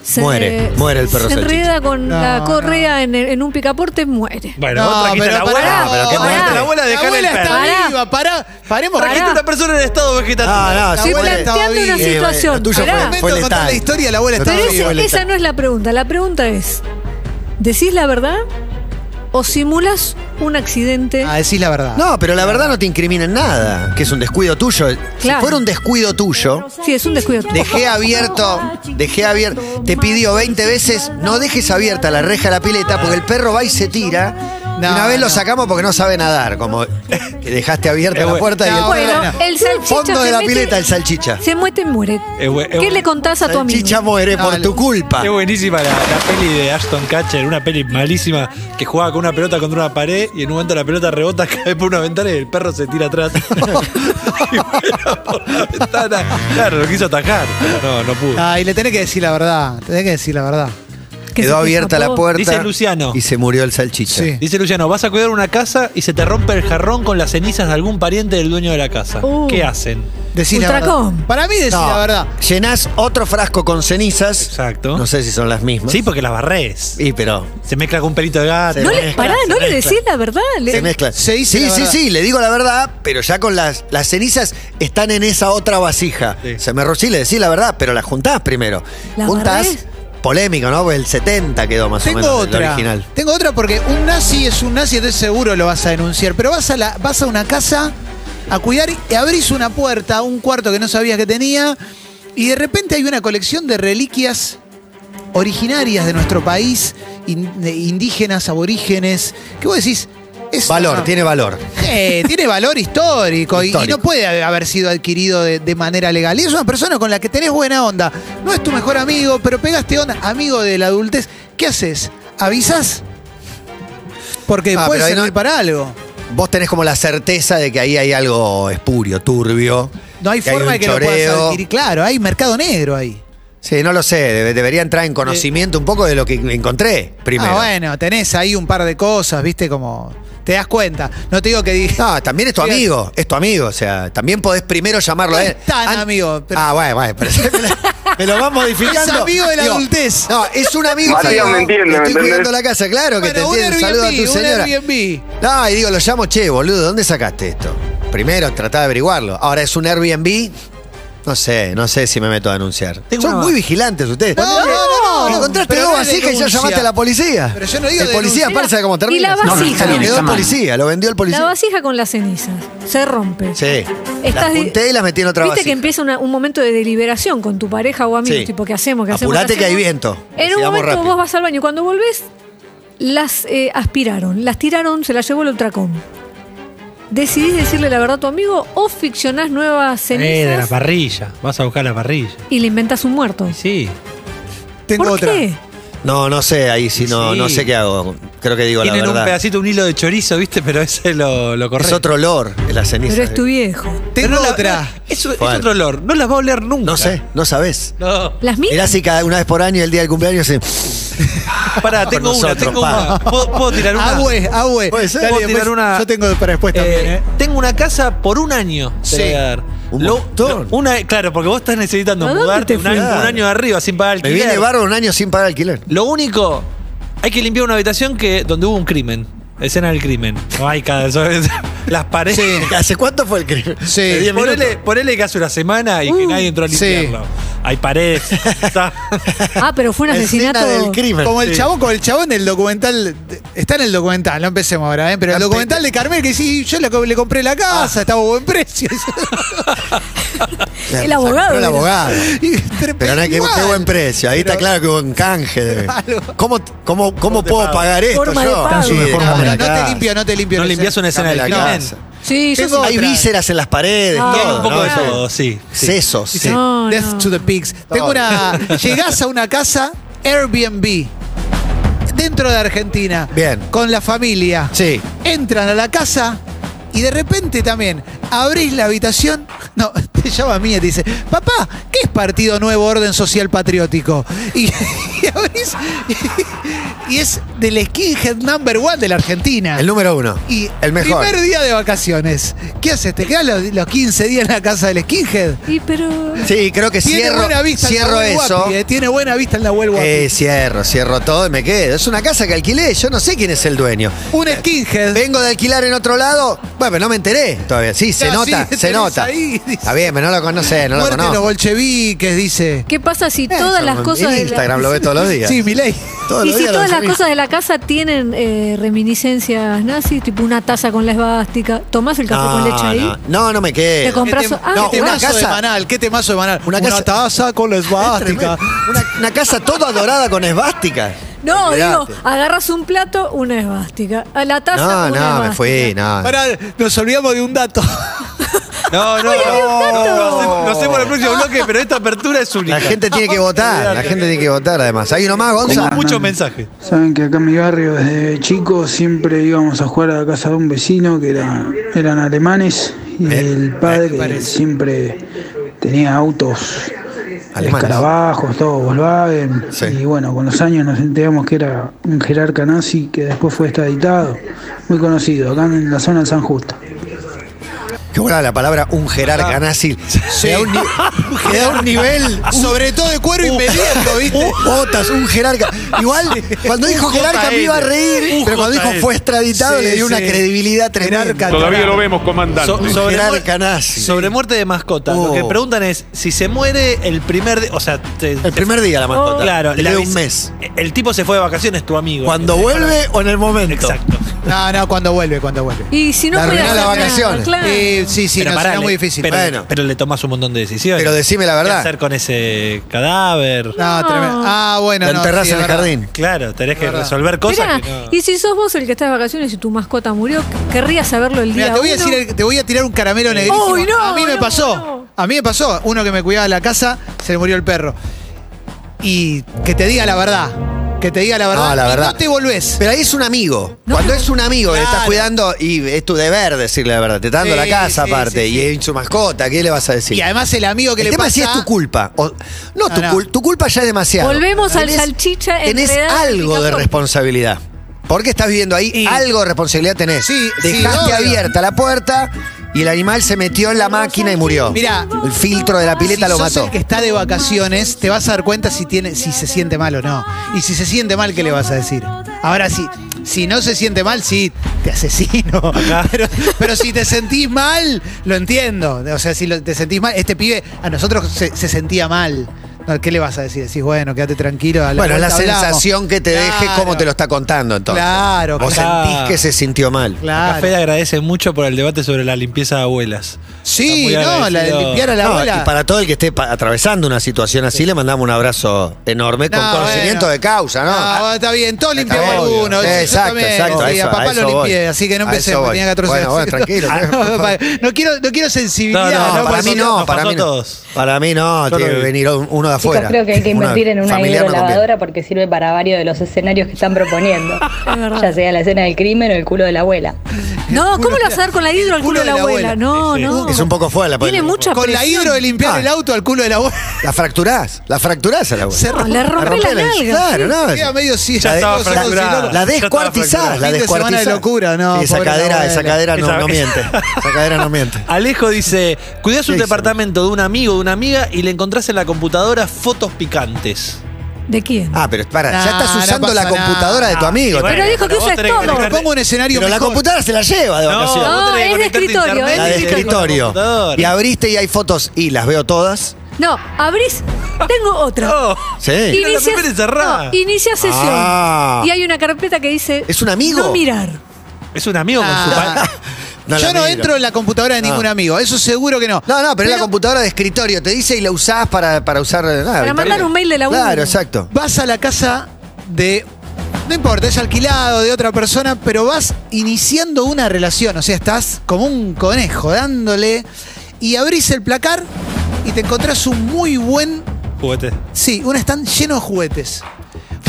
Speaker 1: se-
Speaker 3: Muere, muere el perro
Speaker 1: Se
Speaker 3: salchicha.
Speaker 1: enreda con
Speaker 2: No,
Speaker 1: la correa en, el- en un picaporte, muere.
Speaker 4: Bueno, vos trajiste a la abuela.
Speaker 1: pará,
Speaker 4: pero que
Speaker 1: pará.
Speaker 4: muerte la abuela,
Speaker 2: La
Speaker 4: dejala el
Speaker 2: abuela
Speaker 4: perro.
Speaker 2: está
Speaker 1: Pará.
Speaker 2: viva, pará. Paremos.
Speaker 4: Trajiste a
Speaker 1: Pará.
Speaker 4: una persona en estado vegetativo.
Speaker 3: Ah, no,
Speaker 2: La
Speaker 3: sí,
Speaker 1: Estoy
Speaker 2: abuela
Speaker 3: fue-
Speaker 2: estaba
Speaker 1: planteando una
Speaker 2: viva.
Speaker 3: Eh, bueno,
Speaker 1: situación.
Speaker 3: lo tuyo
Speaker 1: Pará.
Speaker 3: fue-
Speaker 2: Momento
Speaker 3: fue
Speaker 2: de contar
Speaker 3: letal.
Speaker 2: la historia, la abuela
Speaker 3: Lo
Speaker 2: está
Speaker 1: Pero
Speaker 3: tuyo
Speaker 2: viva.
Speaker 1: ese-
Speaker 3: fue letal.
Speaker 1: esa no es la pregunta. La pregunta es: ¿decís la verdad o simulas un accidente?
Speaker 2: Ah, decís la verdad.
Speaker 3: No, pero la verdad no te incrimina en nada, que es un descuido tuyo. Si
Speaker 1: Claro.
Speaker 3: fuera un descuido tuyo,
Speaker 1: Sí, es un descuido.
Speaker 3: dejé abierto, dejé abierto, te pidió 20 veces, no dejes abierta la reja de la pileta porque el perro va y se tira.
Speaker 2: No,
Speaker 3: Una vez lo
Speaker 2: no.
Speaker 3: sacamos porque no sabe nadar, como que dejaste abierta
Speaker 4: Es
Speaker 3: la
Speaker 4: bueno.
Speaker 3: puerta y el
Speaker 2: No,
Speaker 1: Bueno,
Speaker 2: Bueno,
Speaker 1: el salchicha.
Speaker 3: fondo
Speaker 1: se
Speaker 3: de la
Speaker 1: mete-
Speaker 3: pileta el salchicha.
Speaker 1: Se muere, muere.
Speaker 4: Es bu- es
Speaker 1: ¿Qué
Speaker 4: bu-
Speaker 1: le contás a tu amigo?
Speaker 3: Salchicha muere
Speaker 2: No,
Speaker 3: por
Speaker 2: la-
Speaker 3: tu culpa.
Speaker 4: Es buenísima la, la peli de Ashton Catcher, una peli malísima que jugaba con una pelota contra una pared y en un momento la pelota rebota, cae por una ventana y el perro se tira atrás. y vuela por la ventana. Claro, lo quiso atacar. pero No, no pudo.
Speaker 2: Ah, y le tenés que decir la verdad. Tenés que decir la verdad.
Speaker 1: Que
Speaker 3: Quedó
Speaker 1: se
Speaker 3: abierta
Speaker 1: escapó.
Speaker 3: la puerta
Speaker 4: Dice Luciano.
Speaker 3: y se murió el salchicha.
Speaker 2: Sí.
Speaker 4: Dice Luciano, vas a cuidar una casa y se te rompe el jarrón con las cenizas de algún pariente del dueño de la casa.
Speaker 1: Uh.
Speaker 4: ¿Qué hacen?
Speaker 2: Decís la
Speaker 1: Ultracom.
Speaker 2: verdad. Para mí decís
Speaker 3: No,
Speaker 2: la verdad.
Speaker 3: Llenás otro frasco con cenizas.
Speaker 4: Exacto.
Speaker 3: No sé si son las mismas.
Speaker 4: Sí, porque las barrés.
Speaker 3: Y pero
Speaker 4: Se mezcla con un pelito de gato.
Speaker 3: Se
Speaker 1: No le,
Speaker 3: mezcla,
Speaker 1: pará,
Speaker 3: se
Speaker 1: no le
Speaker 3: mezcla.
Speaker 1: decís la verdad. Le-
Speaker 3: se mezclan.
Speaker 2: se dice
Speaker 3: sí,
Speaker 2: la
Speaker 3: sí,
Speaker 2: verdad.
Speaker 3: sí, le digo la verdad, pero ya con las, las cenizas están en esa otra vasija.
Speaker 4: Sí.
Speaker 3: Se me rocí, le decís la verdad, pero las juntás primero.
Speaker 1: ¿La
Speaker 3: juntás
Speaker 1: barrés?
Speaker 3: polémico, ¿no? Porque el 70 quedó más o
Speaker 2: Tengo
Speaker 3: menos del
Speaker 2: otra.
Speaker 3: original.
Speaker 2: Tengo otra porque un nazi es un nazi, entonces seguro lo vas a denunciar. Pero vas a, la, vas a una casa a cuidar y abrís una puerta, un cuarto que no sabías que tenía, y de repente hay una colección de reliquias originarias de nuestro país, in- de indígenas, aborígenes, que vos decís. es
Speaker 3: Valor,
Speaker 2: una-
Speaker 3: tiene valor.
Speaker 2: Eh, tiene valor histórico, y- Y,
Speaker 3: Histórico.
Speaker 2: no puede haber sido adquirido de, de manera legal. Y es una persona con la que tenés buena onda. No es tu mejor amigo, pero pegaste onda, amigo de la adultez. ¿Qué haces? ¿Avisas? Porque
Speaker 3: Ah,
Speaker 2: puede
Speaker 3: pero ahí
Speaker 2: servir
Speaker 3: no-
Speaker 2: para algo.
Speaker 3: Vos tenés como la certeza de que ahí hay algo espurio, turbio.
Speaker 2: No hay forma
Speaker 3: un
Speaker 2: de que lo puedas
Speaker 3: choreo.
Speaker 2: adquirir. Claro, hay mercado negro ahí.
Speaker 3: Sí, no lo sé. debe- debería entrar en conocimiento un poco de lo que encontré primero.
Speaker 2: Ah, bueno, tenés ahí un par de cosas, viste, como. Te das cuenta. No te digo que digas.
Speaker 3: No, también es tu
Speaker 2: Bien.
Speaker 3: amigo, es tu amigo, o sea, también podés primero llamarlo a
Speaker 2: No
Speaker 3: él.
Speaker 2: es tan amigo, pero-
Speaker 3: Ah, bueno, bueno, pero me, lo, me lo vas modificando.
Speaker 2: Es amigo de la adultez.
Speaker 3: No, es un amigo
Speaker 7: Bueno, ya me entiende, ¿me
Speaker 3: estoy cuidando
Speaker 7: entendés?
Speaker 3: la casa, claro que
Speaker 2: Bueno, un
Speaker 3: te entiendo. Saludo a tu
Speaker 2: Airbnb, un
Speaker 3: señora.
Speaker 2: Airbnb.
Speaker 3: No, y digo, lo llamo, che, boludo, ¿dónde sacaste esto? Primero tratá de averiguarlo. Ahora, ¿es un Airbnb? No sé, no sé si me meto a denunciar.
Speaker 4: Tengo
Speaker 3: Son
Speaker 4: una-
Speaker 3: muy vigilantes ustedes.
Speaker 2: No, no, no, no.
Speaker 3: Encontraste
Speaker 2: Pero
Speaker 3: dos
Speaker 2: no es
Speaker 3: vasijas y ya
Speaker 2: denuncia.
Speaker 3: llamaste a la policía.
Speaker 2: Pero yo no digo
Speaker 3: El policía
Speaker 2: denuncia.
Speaker 3: parsa de cómo
Speaker 1: Y la
Speaker 3: termina.
Speaker 1: vasija.
Speaker 3: Lo quedó el policía, lo vendió el policía.
Speaker 1: La vasija con las cenizas. Se rompe.
Speaker 3: Sí.
Speaker 1: Estás
Speaker 3: las
Speaker 1: di-
Speaker 3: junté y las metí en otra
Speaker 1: Viste
Speaker 3: vasija.
Speaker 1: que empieza una- un momento de deliberación con tu pareja o amigos,
Speaker 3: Sí.
Speaker 1: tipo, ¿qué hacemos? ¿Qué hacemos?
Speaker 3: Apurate
Speaker 1: ¿Qué
Speaker 3: que hay
Speaker 1: hacemos?
Speaker 3: viento.
Speaker 1: En un
Speaker 3: Decidamos
Speaker 1: momento
Speaker 3: rápido.
Speaker 1: vos vas al baño y cuando volvés, las eh, aspiraron, las tiraron, se las llevó el ultracom. ¿Decidís decirle la verdad a tu amigo o ficcionás nuevas
Speaker 4: Eh, de la
Speaker 1: cenizas
Speaker 4: parrilla. Vas a buscar la parrilla.
Speaker 1: y le inventás un muerto?
Speaker 4: Y sí.
Speaker 2: Tengo
Speaker 1: ¿Por
Speaker 2: otra.
Speaker 1: qué?
Speaker 3: No, no sé, ahí sí, no,
Speaker 4: Sí.
Speaker 3: no sé qué hago. Creo que digo la
Speaker 4: Tienen un
Speaker 3: verdad.
Speaker 4: pedacito, un hilo de chorizo, ¿viste? Pero ese es lo, lo correcto.
Speaker 3: es otro olor en la ceniza.
Speaker 1: Pero es tu viejo.
Speaker 4: Pero
Speaker 2: Tengo
Speaker 4: no la-
Speaker 2: otra.
Speaker 4: Es, es
Speaker 3: ¿Cuál?
Speaker 4: otro olor. No las va a oler nunca.
Speaker 3: No sé, no sabés.
Speaker 4: No.
Speaker 1: ¿Las
Speaker 3: Mirá
Speaker 1: mías?
Speaker 3: si cada una vez por año, el día del cumpleaños, se...
Speaker 4: Pará,
Speaker 3: Con
Speaker 4: tengo una,
Speaker 3: nosotros,
Speaker 4: tengo
Speaker 3: pa. Ah,
Speaker 4: una. ¿Puedo, puedo tirar una?
Speaker 2: Agüe, agüe.
Speaker 3: Puede ser.
Speaker 2: Dale,
Speaker 4: Puedo tirar
Speaker 2: después-
Speaker 4: una-
Speaker 2: Yo tengo para después
Speaker 4: Eh,
Speaker 2: también, ¿eh?
Speaker 4: Tengo una casa por un año. te
Speaker 2: Sí.
Speaker 4: voy a dar.
Speaker 3: Un
Speaker 4: Lo-
Speaker 3: montón.
Speaker 4: lo- una, claro, porque vos estás necesitando
Speaker 1: ¿A dónde
Speaker 4: mudarte
Speaker 1: te
Speaker 4: un año,
Speaker 3: fuiste?
Speaker 4: un año arriba sin pagar
Speaker 3: Me
Speaker 4: alquiler.
Speaker 3: viene barro un año sin pagar alquiler.
Speaker 4: Lo único, hay que limpiar una habitación que donde hubo un crimen. Escena del crimen. No hay cada vez. Las paredes.
Speaker 3: ¿Hace cuánto fue el crimen?
Speaker 2: Sí.
Speaker 3: ¿De diez minutos?
Speaker 4: Ponele, ponele que hace una semana
Speaker 3: Uh,
Speaker 4: y que nadie entró a
Speaker 2: sí.
Speaker 4: limpiarlo. Hay paredes. está-
Speaker 1: Ah, pero fue un
Speaker 3: Escena
Speaker 1: asesinato.
Speaker 3: del crimen.
Speaker 2: Como el
Speaker 4: Sí.
Speaker 2: chabón, como el chabón del documental. de- Está en el documental, no empecemos ahora, ¿eh? Pero el
Speaker 3: Campe-
Speaker 2: documental de Carmel que sí, yo le, co- le compré la
Speaker 3: Ah.
Speaker 2: casa, estaba a buen precio.
Speaker 1: El abogado
Speaker 3: El
Speaker 1: era.
Speaker 3: abogado.
Speaker 2: Y-
Speaker 3: Pero no hay que
Speaker 2: igual.
Speaker 3: qué buen precio. Ahí está
Speaker 2: Pero-
Speaker 3: claro que hubo un canje. de-
Speaker 2: Claro.
Speaker 3: ¿Cómo, cómo, cómo puedo
Speaker 4: pago?
Speaker 3: pagar esto
Speaker 1: Forma de
Speaker 3: yo?
Speaker 1: pago. Sí,
Speaker 2: No,
Speaker 3: Dame la
Speaker 2: no te
Speaker 3: casa.
Speaker 2: limpio, no te limpio.
Speaker 4: no
Speaker 2: la
Speaker 4: limpias
Speaker 2: escena.
Speaker 4: una escena
Speaker 3: Dame
Speaker 4: del
Speaker 3: la
Speaker 4: crimen.
Speaker 3: casa.
Speaker 1: Sí, yo
Speaker 2: Tengo-
Speaker 1: soy-
Speaker 3: Hay
Speaker 2: otra.
Speaker 3: vísceras en las paredes,
Speaker 1: Ah.
Speaker 4: Tiene
Speaker 3: todo,
Speaker 4: un poco
Speaker 3: ¿no?
Speaker 4: de
Speaker 3: Eso-
Speaker 4: todo, sí. sí.
Speaker 3: Sesos. sí.
Speaker 1: No,
Speaker 2: Death
Speaker 1: no.
Speaker 2: to the pigs. Tengo una. Llegás a una casa Airbnb dentro de Argentina.
Speaker 3: Bien.
Speaker 2: Con la familia.
Speaker 3: Sí.
Speaker 2: Entran a la casa y de repente también abrís la habitación. No, Te llama a mí y te dice, papá, ¿qué es Partido Nuevo Orden Social Patriótico? Y, y abrís- y es del skinhead number one de la Argentina.
Speaker 3: El número uno.
Speaker 2: y
Speaker 3: el mejor.
Speaker 2: primer día de vacaciones. ¿Qué haces? ¿Te quedas los, los 15 días en la casa del skinhead?
Speaker 1: Y pero.
Speaker 3: Sí, creo que
Speaker 2: Tiene
Speaker 3: cierro,
Speaker 2: buena vista el
Speaker 3: cierro
Speaker 2: Nahuel
Speaker 3: eso.
Speaker 2: Huapi, eh, Tiene buena vista el Nahuel Huapi.
Speaker 3: Eh, cierro, cierro todo y me quedo. Es una casa que alquilé, yo no sé quién es el dueño.
Speaker 2: Un skinhead.
Speaker 3: Vengo de alquilar en otro lado, bueno, pero no me enteré todavía. Sí, se
Speaker 2: Ya,
Speaker 3: nota,
Speaker 2: sí,
Speaker 3: se
Speaker 2: tenés
Speaker 3: nota.
Speaker 2: ahí, dice.
Speaker 3: Está bien, pero no lo conocés, no lo
Speaker 2: Muerte los
Speaker 3: conozco.
Speaker 2: bolcheviques, dice.
Speaker 1: ¿Qué pasa si todas
Speaker 3: Eso,
Speaker 1: las
Speaker 3: Eh,
Speaker 1: cosas.
Speaker 3: En
Speaker 1: de la-
Speaker 3: Instagram lo ve todos los días.
Speaker 2: Sí, mi ley.
Speaker 3: Todos
Speaker 1: Y
Speaker 3: los
Speaker 1: si
Speaker 3: días lo
Speaker 1: todas las
Speaker 3: subís.
Speaker 1: cosas de la casa tienen eh, reminiscencias nazis, tipo una taza con la esvástica, tomás el café con leche ahí.
Speaker 3: No, no, no me
Speaker 1: Te
Speaker 3: quedo.
Speaker 1: com- Compras- ah,
Speaker 2: no,
Speaker 1: ¿te
Speaker 2: una
Speaker 3: vas?
Speaker 2: casa de Manal, qué temazo de Manal.
Speaker 3: Una
Speaker 2: Una,
Speaker 3: casa-
Speaker 2: taza con la esvástica.
Speaker 3: Una, una casa toda dorada con esvástica.
Speaker 1: No, digo,
Speaker 3: Olvidate.
Speaker 1: agarras un plato, una esvástica. A la taza,
Speaker 3: No,
Speaker 1: una
Speaker 3: no, me
Speaker 1: esvástica.
Speaker 3: fui, no.
Speaker 2: Pará, nos olvidamos de un dato.
Speaker 4: No, no, no, no, no, no sé por el próximo bloque, pero esta apertura es única.
Speaker 3: La gente tiene que votar, la gente tiene que votar además. ¿Hay uno más,
Speaker 4: Tengo
Speaker 3: Gonza?
Speaker 4: muchos mensajes.
Speaker 7: Saben que acá en mi barrio desde chico siempre íbamos a jugar a la casa de un vecino que era, eran alemanes y
Speaker 3: Eh,
Speaker 7: el
Speaker 2: eh,
Speaker 7: padre
Speaker 2: parece.
Speaker 7: siempre tenía autos,
Speaker 3: Alemanes.
Speaker 7: escarabajos, todo Volkswagen
Speaker 3: Sí.
Speaker 7: y bueno, con los años nos enteramos que era un jerarca nazi que después fue extraditado, muy conocido, acá en la zona de San Justo.
Speaker 3: Qué buena la palabra un jerarca nazi. Se da un, ni- se da un nivel.
Speaker 2: Sobre todo de cuero y peliento, ¿viste?
Speaker 3: un- botas, un jerarca. Igual, cuando dijo
Speaker 4: Un
Speaker 3: jerarca me iba a reír,
Speaker 4: JL.
Speaker 3: pero cuando dijo fue extraditado
Speaker 2: Sí,
Speaker 3: le dio una
Speaker 2: sí.
Speaker 3: credibilidad tremenda.
Speaker 2: Jerarca. Todavía lo
Speaker 9: vemos, comandante.
Speaker 4: So- sobre,
Speaker 3: Gerard
Speaker 4: muer-
Speaker 3: Canassi.
Speaker 4: sobre muerte de mascota. Lo que
Speaker 3: Oh.
Speaker 4: preguntan es si se muere el primer día. O sea, te-
Speaker 3: El primer día la mascota.
Speaker 4: claro,
Speaker 3: le
Speaker 4: la
Speaker 3: queda
Speaker 4: vis-
Speaker 3: un mes.
Speaker 4: El tipo se fue de vacaciones, tu amigo.
Speaker 3: Cuando
Speaker 4: Eh,
Speaker 3: vuelve o en el momento.
Speaker 4: Exacto.
Speaker 2: No, no, cuando vuelve, cuando vuelve.
Speaker 1: Y si no
Speaker 3: La
Speaker 1: podías
Speaker 3: arruinás las
Speaker 1: hacer nada,
Speaker 3: vacaciones.
Speaker 1: claro.
Speaker 2: Eh, sí, sí, no,
Speaker 4: pará,
Speaker 2: será
Speaker 4: le-
Speaker 2: muy difícil.
Speaker 4: Pero,
Speaker 3: Bueno.
Speaker 4: pero le tomas un montón de decisiones.
Speaker 3: Pero decime la
Speaker 4: ¿Qué
Speaker 3: verdad.
Speaker 4: hacer con ese cadáver?
Speaker 2: no, tremendo. Ah, bueno,
Speaker 3: La
Speaker 2: no,
Speaker 3: enterrás
Speaker 2: sí,
Speaker 3: en
Speaker 2: es
Speaker 3: el
Speaker 2: verdad.
Speaker 3: jardín.
Speaker 4: Claro, tenés que
Speaker 2: Verdad.
Speaker 4: resolver cosas
Speaker 1: Mirá,
Speaker 4: que no-
Speaker 1: y si sos vos el que está de vacaciones y tu mascota murió, querrías saberlo el día
Speaker 2: Mira, te voy, a
Speaker 1: uno.
Speaker 2: decir el- te voy a tirar un caramelo negrísimo.
Speaker 1: Uy, no,
Speaker 2: a mí me
Speaker 1: no,
Speaker 2: pasó.
Speaker 1: no.
Speaker 2: A mí me pasó. Uno que me cuidaba la casa, se le murió el perro. Y que te diga la verdad. Que te diga la verdad.
Speaker 3: No, Ah, la
Speaker 2: Y
Speaker 3: verdad.
Speaker 2: no te volvés.
Speaker 3: Pero ahí es un amigo. Cuando es un amigo que le estás
Speaker 2: Claro.
Speaker 3: cuidando y es tu deber decirle la verdad. Te está dando
Speaker 2: Sí,
Speaker 3: la casa
Speaker 2: sí,
Speaker 3: aparte
Speaker 2: sí,
Speaker 3: y es su mascota. ¿Qué le vas a decir?
Speaker 2: Y además el amigo que
Speaker 3: el
Speaker 2: le
Speaker 3: tema
Speaker 2: pasa.
Speaker 3: es si es tu culpa. o- no,
Speaker 2: No,
Speaker 3: tu,
Speaker 2: no.
Speaker 3: cul- tu culpa ya es demasiado.
Speaker 1: Volvemos al salchicha
Speaker 3: Tenés
Speaker 1: enredado en
Speaker 3: algo de
Speaker 1: picapollo.
Speaker 3: responsabilidad. Porque estás viviendo ahí,
Speaker 2: Y-
Speaker 3: algo de responsabilidad tenés.
Speaker 2: Sí, sí,
Speaker 3: Dejaste
Speaker 2: obvio.
Speaker 3: abierta la puerta y el animal se metió en la máquina y murió.
Speaker 2: Mirá,
Speaker 3: el filtro de la pileta
Speaker 2: si
Speaker 3: lo
Speaker 2: sos
Speaker 3: mató.
Speaker 2: el que está de vacaciones, te vas a dar cuenta si tiene, si se siente mal o no. Y si se siente mal, ¿qué le vas a decir? Ahora sí, si no se siente mal, sí, te asesino. Pero, pero si te sentís mal, lo entiendo. O sea, si lo- te sentís mal, este pibe a nosotros se, se sentía mal. No, ¿Qué le vas a decir? Decís, bueno, quédate tranquilo. a
Speaker 3: Bueno, la
Speaker 2: vuelta hablamos.
Speaker 3: sensación que te deje, cómo
Speaker 2: Claro.
Speaker 3: te lo está contando entonces.
Speaker 2: Claro,
Speaker 3: Vos
Speaker 4: claro.
Speaker 3: sentís que se sintió mal.
Speaker 2: Claro.
Speaker 4: Café le agradece mucho por el debate sobre la limpieza de abuelas. Está
Speaker 2: Sí,
Speaker 4: muy
Speaker 2: no, la de
Speaker 4: agradecido.
Speaker 2: limpiar a la
Speaker 3: No,
Speaker 2: abuela.
Speaker 3: y para todo el que esté pa- atravesando una situación así, le mandamos un abrazo enorme con
Speaker 2: No,
Speaker 3: conocimiento
Speaker 2: bueno.
Speaker 3: de causa, ¿no?
Speaker 2: Ah, bueno, está bien, todos
Speaker 3: Está
Speaker 2: limpiamos
Speaker 3: obvio.
Speaker 2: alguno.
Speaker 3: Sí,
Speaker 2: yo
Speaker 3: exacto,
Speaker 2: también,
Speaker 3: exacto, a
Speaker 2: sí,
Speaker 3: eso-
Speaker 2: a
Speaker 3: a
Speaker 2: papá
Speaker 3: eso
Speaker 2: lo
Speaker 3: voy.
Speaker 2: limpié, así que no
Speaker 3: A
Speaker 2: empecemos,
Speaker 3: eso voy.
Speaker 2: tenía 14
Speaker 3: Bueno, bueno,
Speaker 2: años.
Speaker 3: tranquilo,
Speaker 2: Ah,
Speaker 3: por
Speaker 2: no,
Speaker 3: favor.
Speaker 2: papá, no quiero, no quiero sensibilidad.
Speaker 4: No, no,
Speaker 2: ¿no?
Speaker 3: para
Speaker 2: Porque
Speaker 3: mí
Speaker 2: si
Speaker 3: no,
Speaker 4: nos
Speaker 3: para
Speaker 4: pasó
Speaker 3: mí
Speaker 4: a
Speaker 3: no.
Speaker 4: todos.
Speaker 3: Para mí no,
Speaker 4: Yo
Speaker 3: tiene
Speaker 4: lo
Speaker 3: que
Speaker 4: vi.
Speaker 3: venir un- uno de afuera.
Speaker 10: creo que hay que
Speaker 3: Una
Speaker 10: invertir en una
Speaker 3: familiar no conviene.
Speaker 10: hidrolavadora porque sirve para varios de los escenarios que están proponiendo.
Speaker 1: Es verdad.
Speaker 10: ya sea la escena del crimen o el culo de la abuela.
Speaker 1: No, ¿cómo lo vas a dar con la hidro al
Speaker 2: El culo
Speaker 1: culo de la abuela? No,
Speaker 4: Sí, sí.
Speaker 1: no.
Speaker 3: Es un poco fuera la
Speaker 1: Tiene mucha
Speaker 2: Con la
Speaker 1: presión.
Speaker 2: hidro de limpiar
Speaker 3: Ah.
Speaker 2: el auto al culo de la abuela.
Speaker 3: La fracturás, la fracturás a la abuela.
Speaker 2: Se
Speaker 1: No, le rompe la
Speaker 3: Rompele,
Speaker 1: nalga.
Speaker 3: Claro, no.
Speaker 2: Queda medio si
Speaker 4: Ya estaba fracturada.
Speaker 3: La
Speaker 4: Ya estaba
Speaker 3: descuartizás,
Speaker 4: fracturada.
Speaker 3: la
Speaker 2: Fin de semana
Speaker 3: descuartizás.
Speaker 2: de locura, no,
Speaker 3: Sí, esa
Speaker 2: pobre la
Speaker 3: cadera,
Speaker 2: abuela.
Speaker 3: esa cadera no,
Speaker 4: Esa-
Speaker 3: no miente. Esa cadera no miente.
Speaker 4: Alejo dice, cuidás un
Speaker 3: Sí, sí.
Speaker 4: departamento de un amigo, de una amiga y le encontrás en la computadora fotos picantes.
Speaker 1: ¿De quién?
Speaker 3: Ah, pero para,
Speaker 2: Nah,
Speaker 3: ya estás
Speaker 2: no
Speaker 3: usando
Speaker 2: pasa
Speaker 3: la computadora de tu
Speaker 4: Ah,
Speaker 3: amigo.
Speaker 4: y bueno,
Speaker 1: Pero dijo que
Speaker 4: vos
Speaker 1: usa
Speaker 4: tenés
Speaker 1: todo.
Speaker 4: conectar-
Speaker 2: Propongo un escenario
Speaker 3: Pero la
Speaker 2: mejor.
Speaker 3: computadora se la lleva de
Speaker 4: No,
Speaker 3: vacaciones.
Speaker 1: No,
Speaker 4: vos tenés que
Speaker 1: es de
Speaker 4: conectarte a
Speaker 1: escritorio,
Speaker 4: internet
Speaker 1: es
Speaker 3: La
Speaker 1: de
Speaker 3: de
Speaker 4: con la
Speaker 3: escritorio.
Speaker 4: computadora.
Speaker 3: Y abriste y hay fotos y las veo todas.
Speaker 1: No, abrís. Tengo otra.
Speaker 4: No.
Speaker 3: Sí.
Speaker 4: Era la primera encerrada.
Speaker 1: no, inicia sesión.
Speaker 3: Ah.
Speaker 1: Y hay una carpeta que dice.
Speaker 3: ¿Es un amigo?
Speaker 1: No mirar.
Speaker 4: Es un amigo con su
Speaker 2: Ah.
Speaker 4: pa-
Speaker 2: Yo no entro en la computadora de
Speaker 3: No.
Speaker 2: ningún amigo, eso seguro que no.
Speaker 3: No, no, pero es la computadora de escritorio. Te dice y la usás para, para usar. nada, internet.
Speaker 1: mandar un mail de laburo.
Speaker 3: Claro, exacto.
Speaker 2: vas a la casa de. No importa, es alquilado de otra persona, pero vas iniciando una relación. O sea, estás como un conejo dándole. Y abrís el placar y te encontrás un muy buen.
Speaker 4: juguete.
Speaker 2: Sí, un stand lleno de juguetes.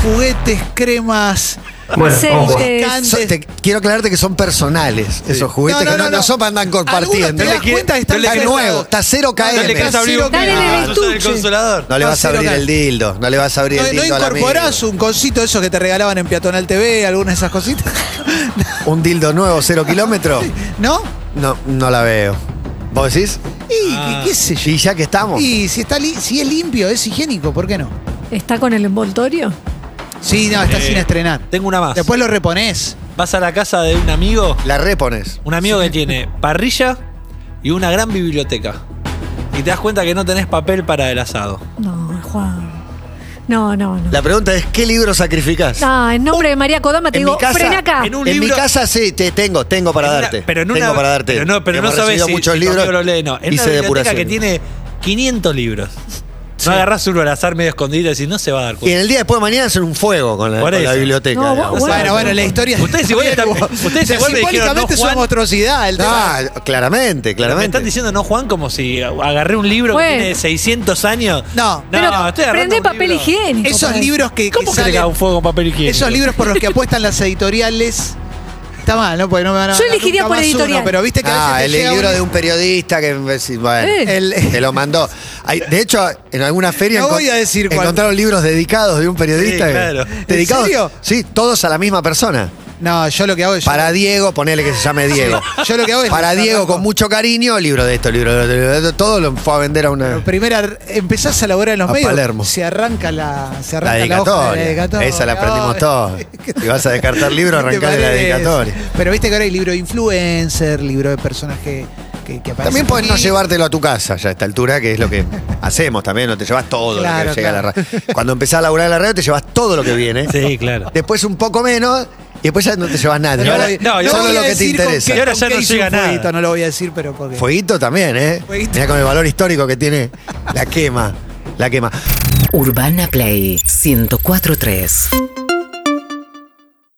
Speaker 2: Juguetes, cremas,
Speaker 9: Bueno, ojo.
Speaker 1: Aceite. Es-
Speaker 2: Antes-
Speaker 3: So- te- quiero aclararte que son personales esos juguetes
Speaker 2: No, no,
Speaker 3: que no,
Speaker 2: no,
Speaker 3: no
Speaker 2: no.
Speaker 3: son para andar
Speaker 2: Algunos
Speaker 3: compartiendo.
Speaker 2: te das cuenta que están
Speaker 3: Está
Speaker 2: casados.
Speaker 3: nuevo, está cero KM.
Speaker 4: No le querés abrir un-
Speaker 1: Dale en el
Speaker 4: Ah, sos
Speaker 1: estuche.
Speaker 4: consolador.
Speaker 3: No le vas a
Speaker 2: Está
Speaker 3: abrir
Speaker 2: cero
Speaker 3: el dildo, no le vas a abrir
Speaker 2: No,
Speaker 3: el
Speaker 2: no
Speaker 3: dildo al amigo.
Speaker 2: incorporás un cosito de esos que te regalaban en Peatonal TV, alguna de esas cositas.
Speaker 3: un dildo nuevo, cero kilómetro.
Speaker 2: ¿No?
Speaker 3: No, no la veo. ¿Vos decís?
Speaker 2: Y
Speaker 4: Ah.
Speaker 2: qué sé yo.
Speaker 3: Y ya que estamos.
Speaker 2: Y si, está li- si es limpio, es higiénico, ¿por qué no?
Speaker 1: ¿Está con el envoltorio?
Speaker 2: Sí, no, está
Speaker 4: Eh.
Speaker 2: sin estrenar.
Speaker 4: Tengo una más.
Speaker 2: Después lo reponés.
Speaker 4: Vas a la casa de un amigo,
Speaker 3: La repones.
Speaker 4: un amigo que tiene parrilla y una gran biblioteca. Y te das cuenta que no tenés papel para el asado.
Speaker 1: No, Juan. No, no, no.
Speaker 3: La pregunta es, ¿qué libro sacrificás?
Speaker 1: Ah, en nombre de María Kodama te
Speaker 3: en
Speaker 1: digo,
Speaker 3: mi casa,
Speaker 1: frena acá.
Speaker 4: en un
Speaker 3: en mi
Speaker 4: libro-
Speaker 3: casa sí, te tengo, tengo para
Speaker 4: En una-
Speaker 3: darte.
Speaker 4: pero en
Speaker 3: tengo
Speaker 4: una-
Speaker 3: para darte.
Speaker 4: Pero no, pero
Speaker 3: Hemos
Speaker 4: no sabes
Speaker 3: recibido
Speaker 4: si,
Speaker 3: muchos
Speaker 4: si
Speaker 3: libros.
Speaker 4: conmigo lo lee, no. En
Speaker 3: hice
Speaker 4: una biblioteca
Speaker 3: depuración.
Speaker 4: que tiene 500 libros. No agarrás uno al azar medio escondido y decís, no se va a dar
Speaker 3: Y
Speaker 4: cuenta.
Speaker 3: en el día después de mañana hacen un fuego con la,
Speaker 4: Por
Speaker 3: con la
Speaker 4: eso.
Speaker 3: biblioteca.
Speaker 1: No,
Speaker 3: digamos.
Speaker 1: Bueno,
Speaker 2: Bueno, bueno, la historia.
Speaker 4: Ustedes igual están- ustedes igual me dijeron,
Speaker 2: simbólicamente
Speaker 4: no, Juan.
Speaker 2: es una atrocidad el tema.
Speaker 3: Ah, claramente,
Speaker 4: Me están
Speaker 3: claramente.
Speaker 4: diciendo no, Juan, como si agarré un libro que
Speaker 1: Bueno.
Speaker 4: tiene 600 años.
Speaker 2: No.
Speaker 1: Pero
Speaker 4: estoy agarrando
Speaker 1: prende
Speaker 4: un
Speaker 1: papel
Speaker 4: libro.
Speaker 1: higiénico.
Speaker 2: Esos
Speaker 1: para-
Speaker 2: libros que, que
Speaker 4: ¿Cómo se le
Speaker 2: salen-
Speaker 4: cae un fuego con papel higiénico?
Speaker 2: Esos libros por los que apuestan las editoriales. Está mal, ¿no? Porque no me van a.
Speaker 1: Yo
Speaker 2: ganar
Speaker 1: elegiría
Speaker 2: nunca
Speaker 1: por
Speaker 2: más uno,
Speaker 1: editorial.
Speaker 2: pero viste que a
Speaker 3: Ah,
Speaker 2: veces.
Speaker 3: el
Speaker 2: te llega
Speaker 3: libro
Speaker 2: un-
Speaker 3: de un periodista que bueno,
Speaker 1: Eh.
Speaker 2: El-
Speaker 3: te lo mandó. Hay- de hecho, en alguna feria
Speaker 2: No
Speaker 3: encon-
Speaker 2: voy a decir cuál.
Speaker 3: encontraron libros dedicados de un periodista. que-
Speaker 4: Sí, claro.
Speaker 3: Dedicados,
Speaker 2: ¿En serio?
Speaker 3: Sí, todos a la misma persona.
Speaker 2: No, yo lo que hago es.
Speaker 3: Para Diego, ponele que se llame Diego.
Speaker 2: Yo lo que hago es.
Speaker 3: Para Diego, con mucho cariño, libro de esto, libro de otro, libro de otro. Todo lo fue a vender a una.
Speaker 2: Primera, empezás a laborar en los
Speaker 3: A
Speaker 2: medios.
Speaker 3: Palermo.
Speaker 2: Se arranca la. Se
Speaker 3: La
Speaker 2: arranca la, hoja de la
Speaker 3: dedicatoria.
Speaker 2: dedicatoria.
Speaker 3: Esa la aprendimos
Speaker 2: Ay,
Speaker 3: todos. Si vas a descartar libros,
Speaker 2: ¿qué te
Speaker 3: arrancá de la
Speaker 2: parece?
Speaker 3: dedicatoria.
Speaker 2: Pero viste que ahora hay libro de influencer, libro de personaje que, que aparece.
Speaker 3: También podés no
Speaker 2: aquí.
Speaker 3: llevártelo a tu casa ya a esta altura, que es lo que hacemos también, no te llevas todo
Speaker 2: Claro,
Speaker 3: lo que llega
Speaker 2: claro.
Speaker 3: a la radio. Cuando empezás a laburar en la radio, te llevas todo lo que viene.
Speaker 4: Sí, claro.
Speaker 3: Después un poco menos, y después ya no te llevas nada.
Speaker 2: No
Speaker 3: te
Speaker 4: ahora-
Speaker 2: voy-
Speaker 3: llevas
Speaker 4: no, yo
Speaker 2: voy
Speaker 3: solo
Speaker 2: a
Speaker 3: lo que te
Speaker 2: decir con
Speaker 3: interesa.
Speaker 2: qué-
Speaker 4: Y ahora ya
Speaker 2: con qué
Speaker 4: no
Speaker 2: hice
Speaker 4: llega
Speaker 2: un
Speaker 4: nada.
Speaker 2: fueguito, No lo voy a decir, pero porque.
Speaker 3: Fueguito también, ¿eh?
Speaker 2: Fueguito.
Speaker 3: Mirá con el valor histórico que tiene la quema. La quema.
Speaker 9: Urbana Play 1043.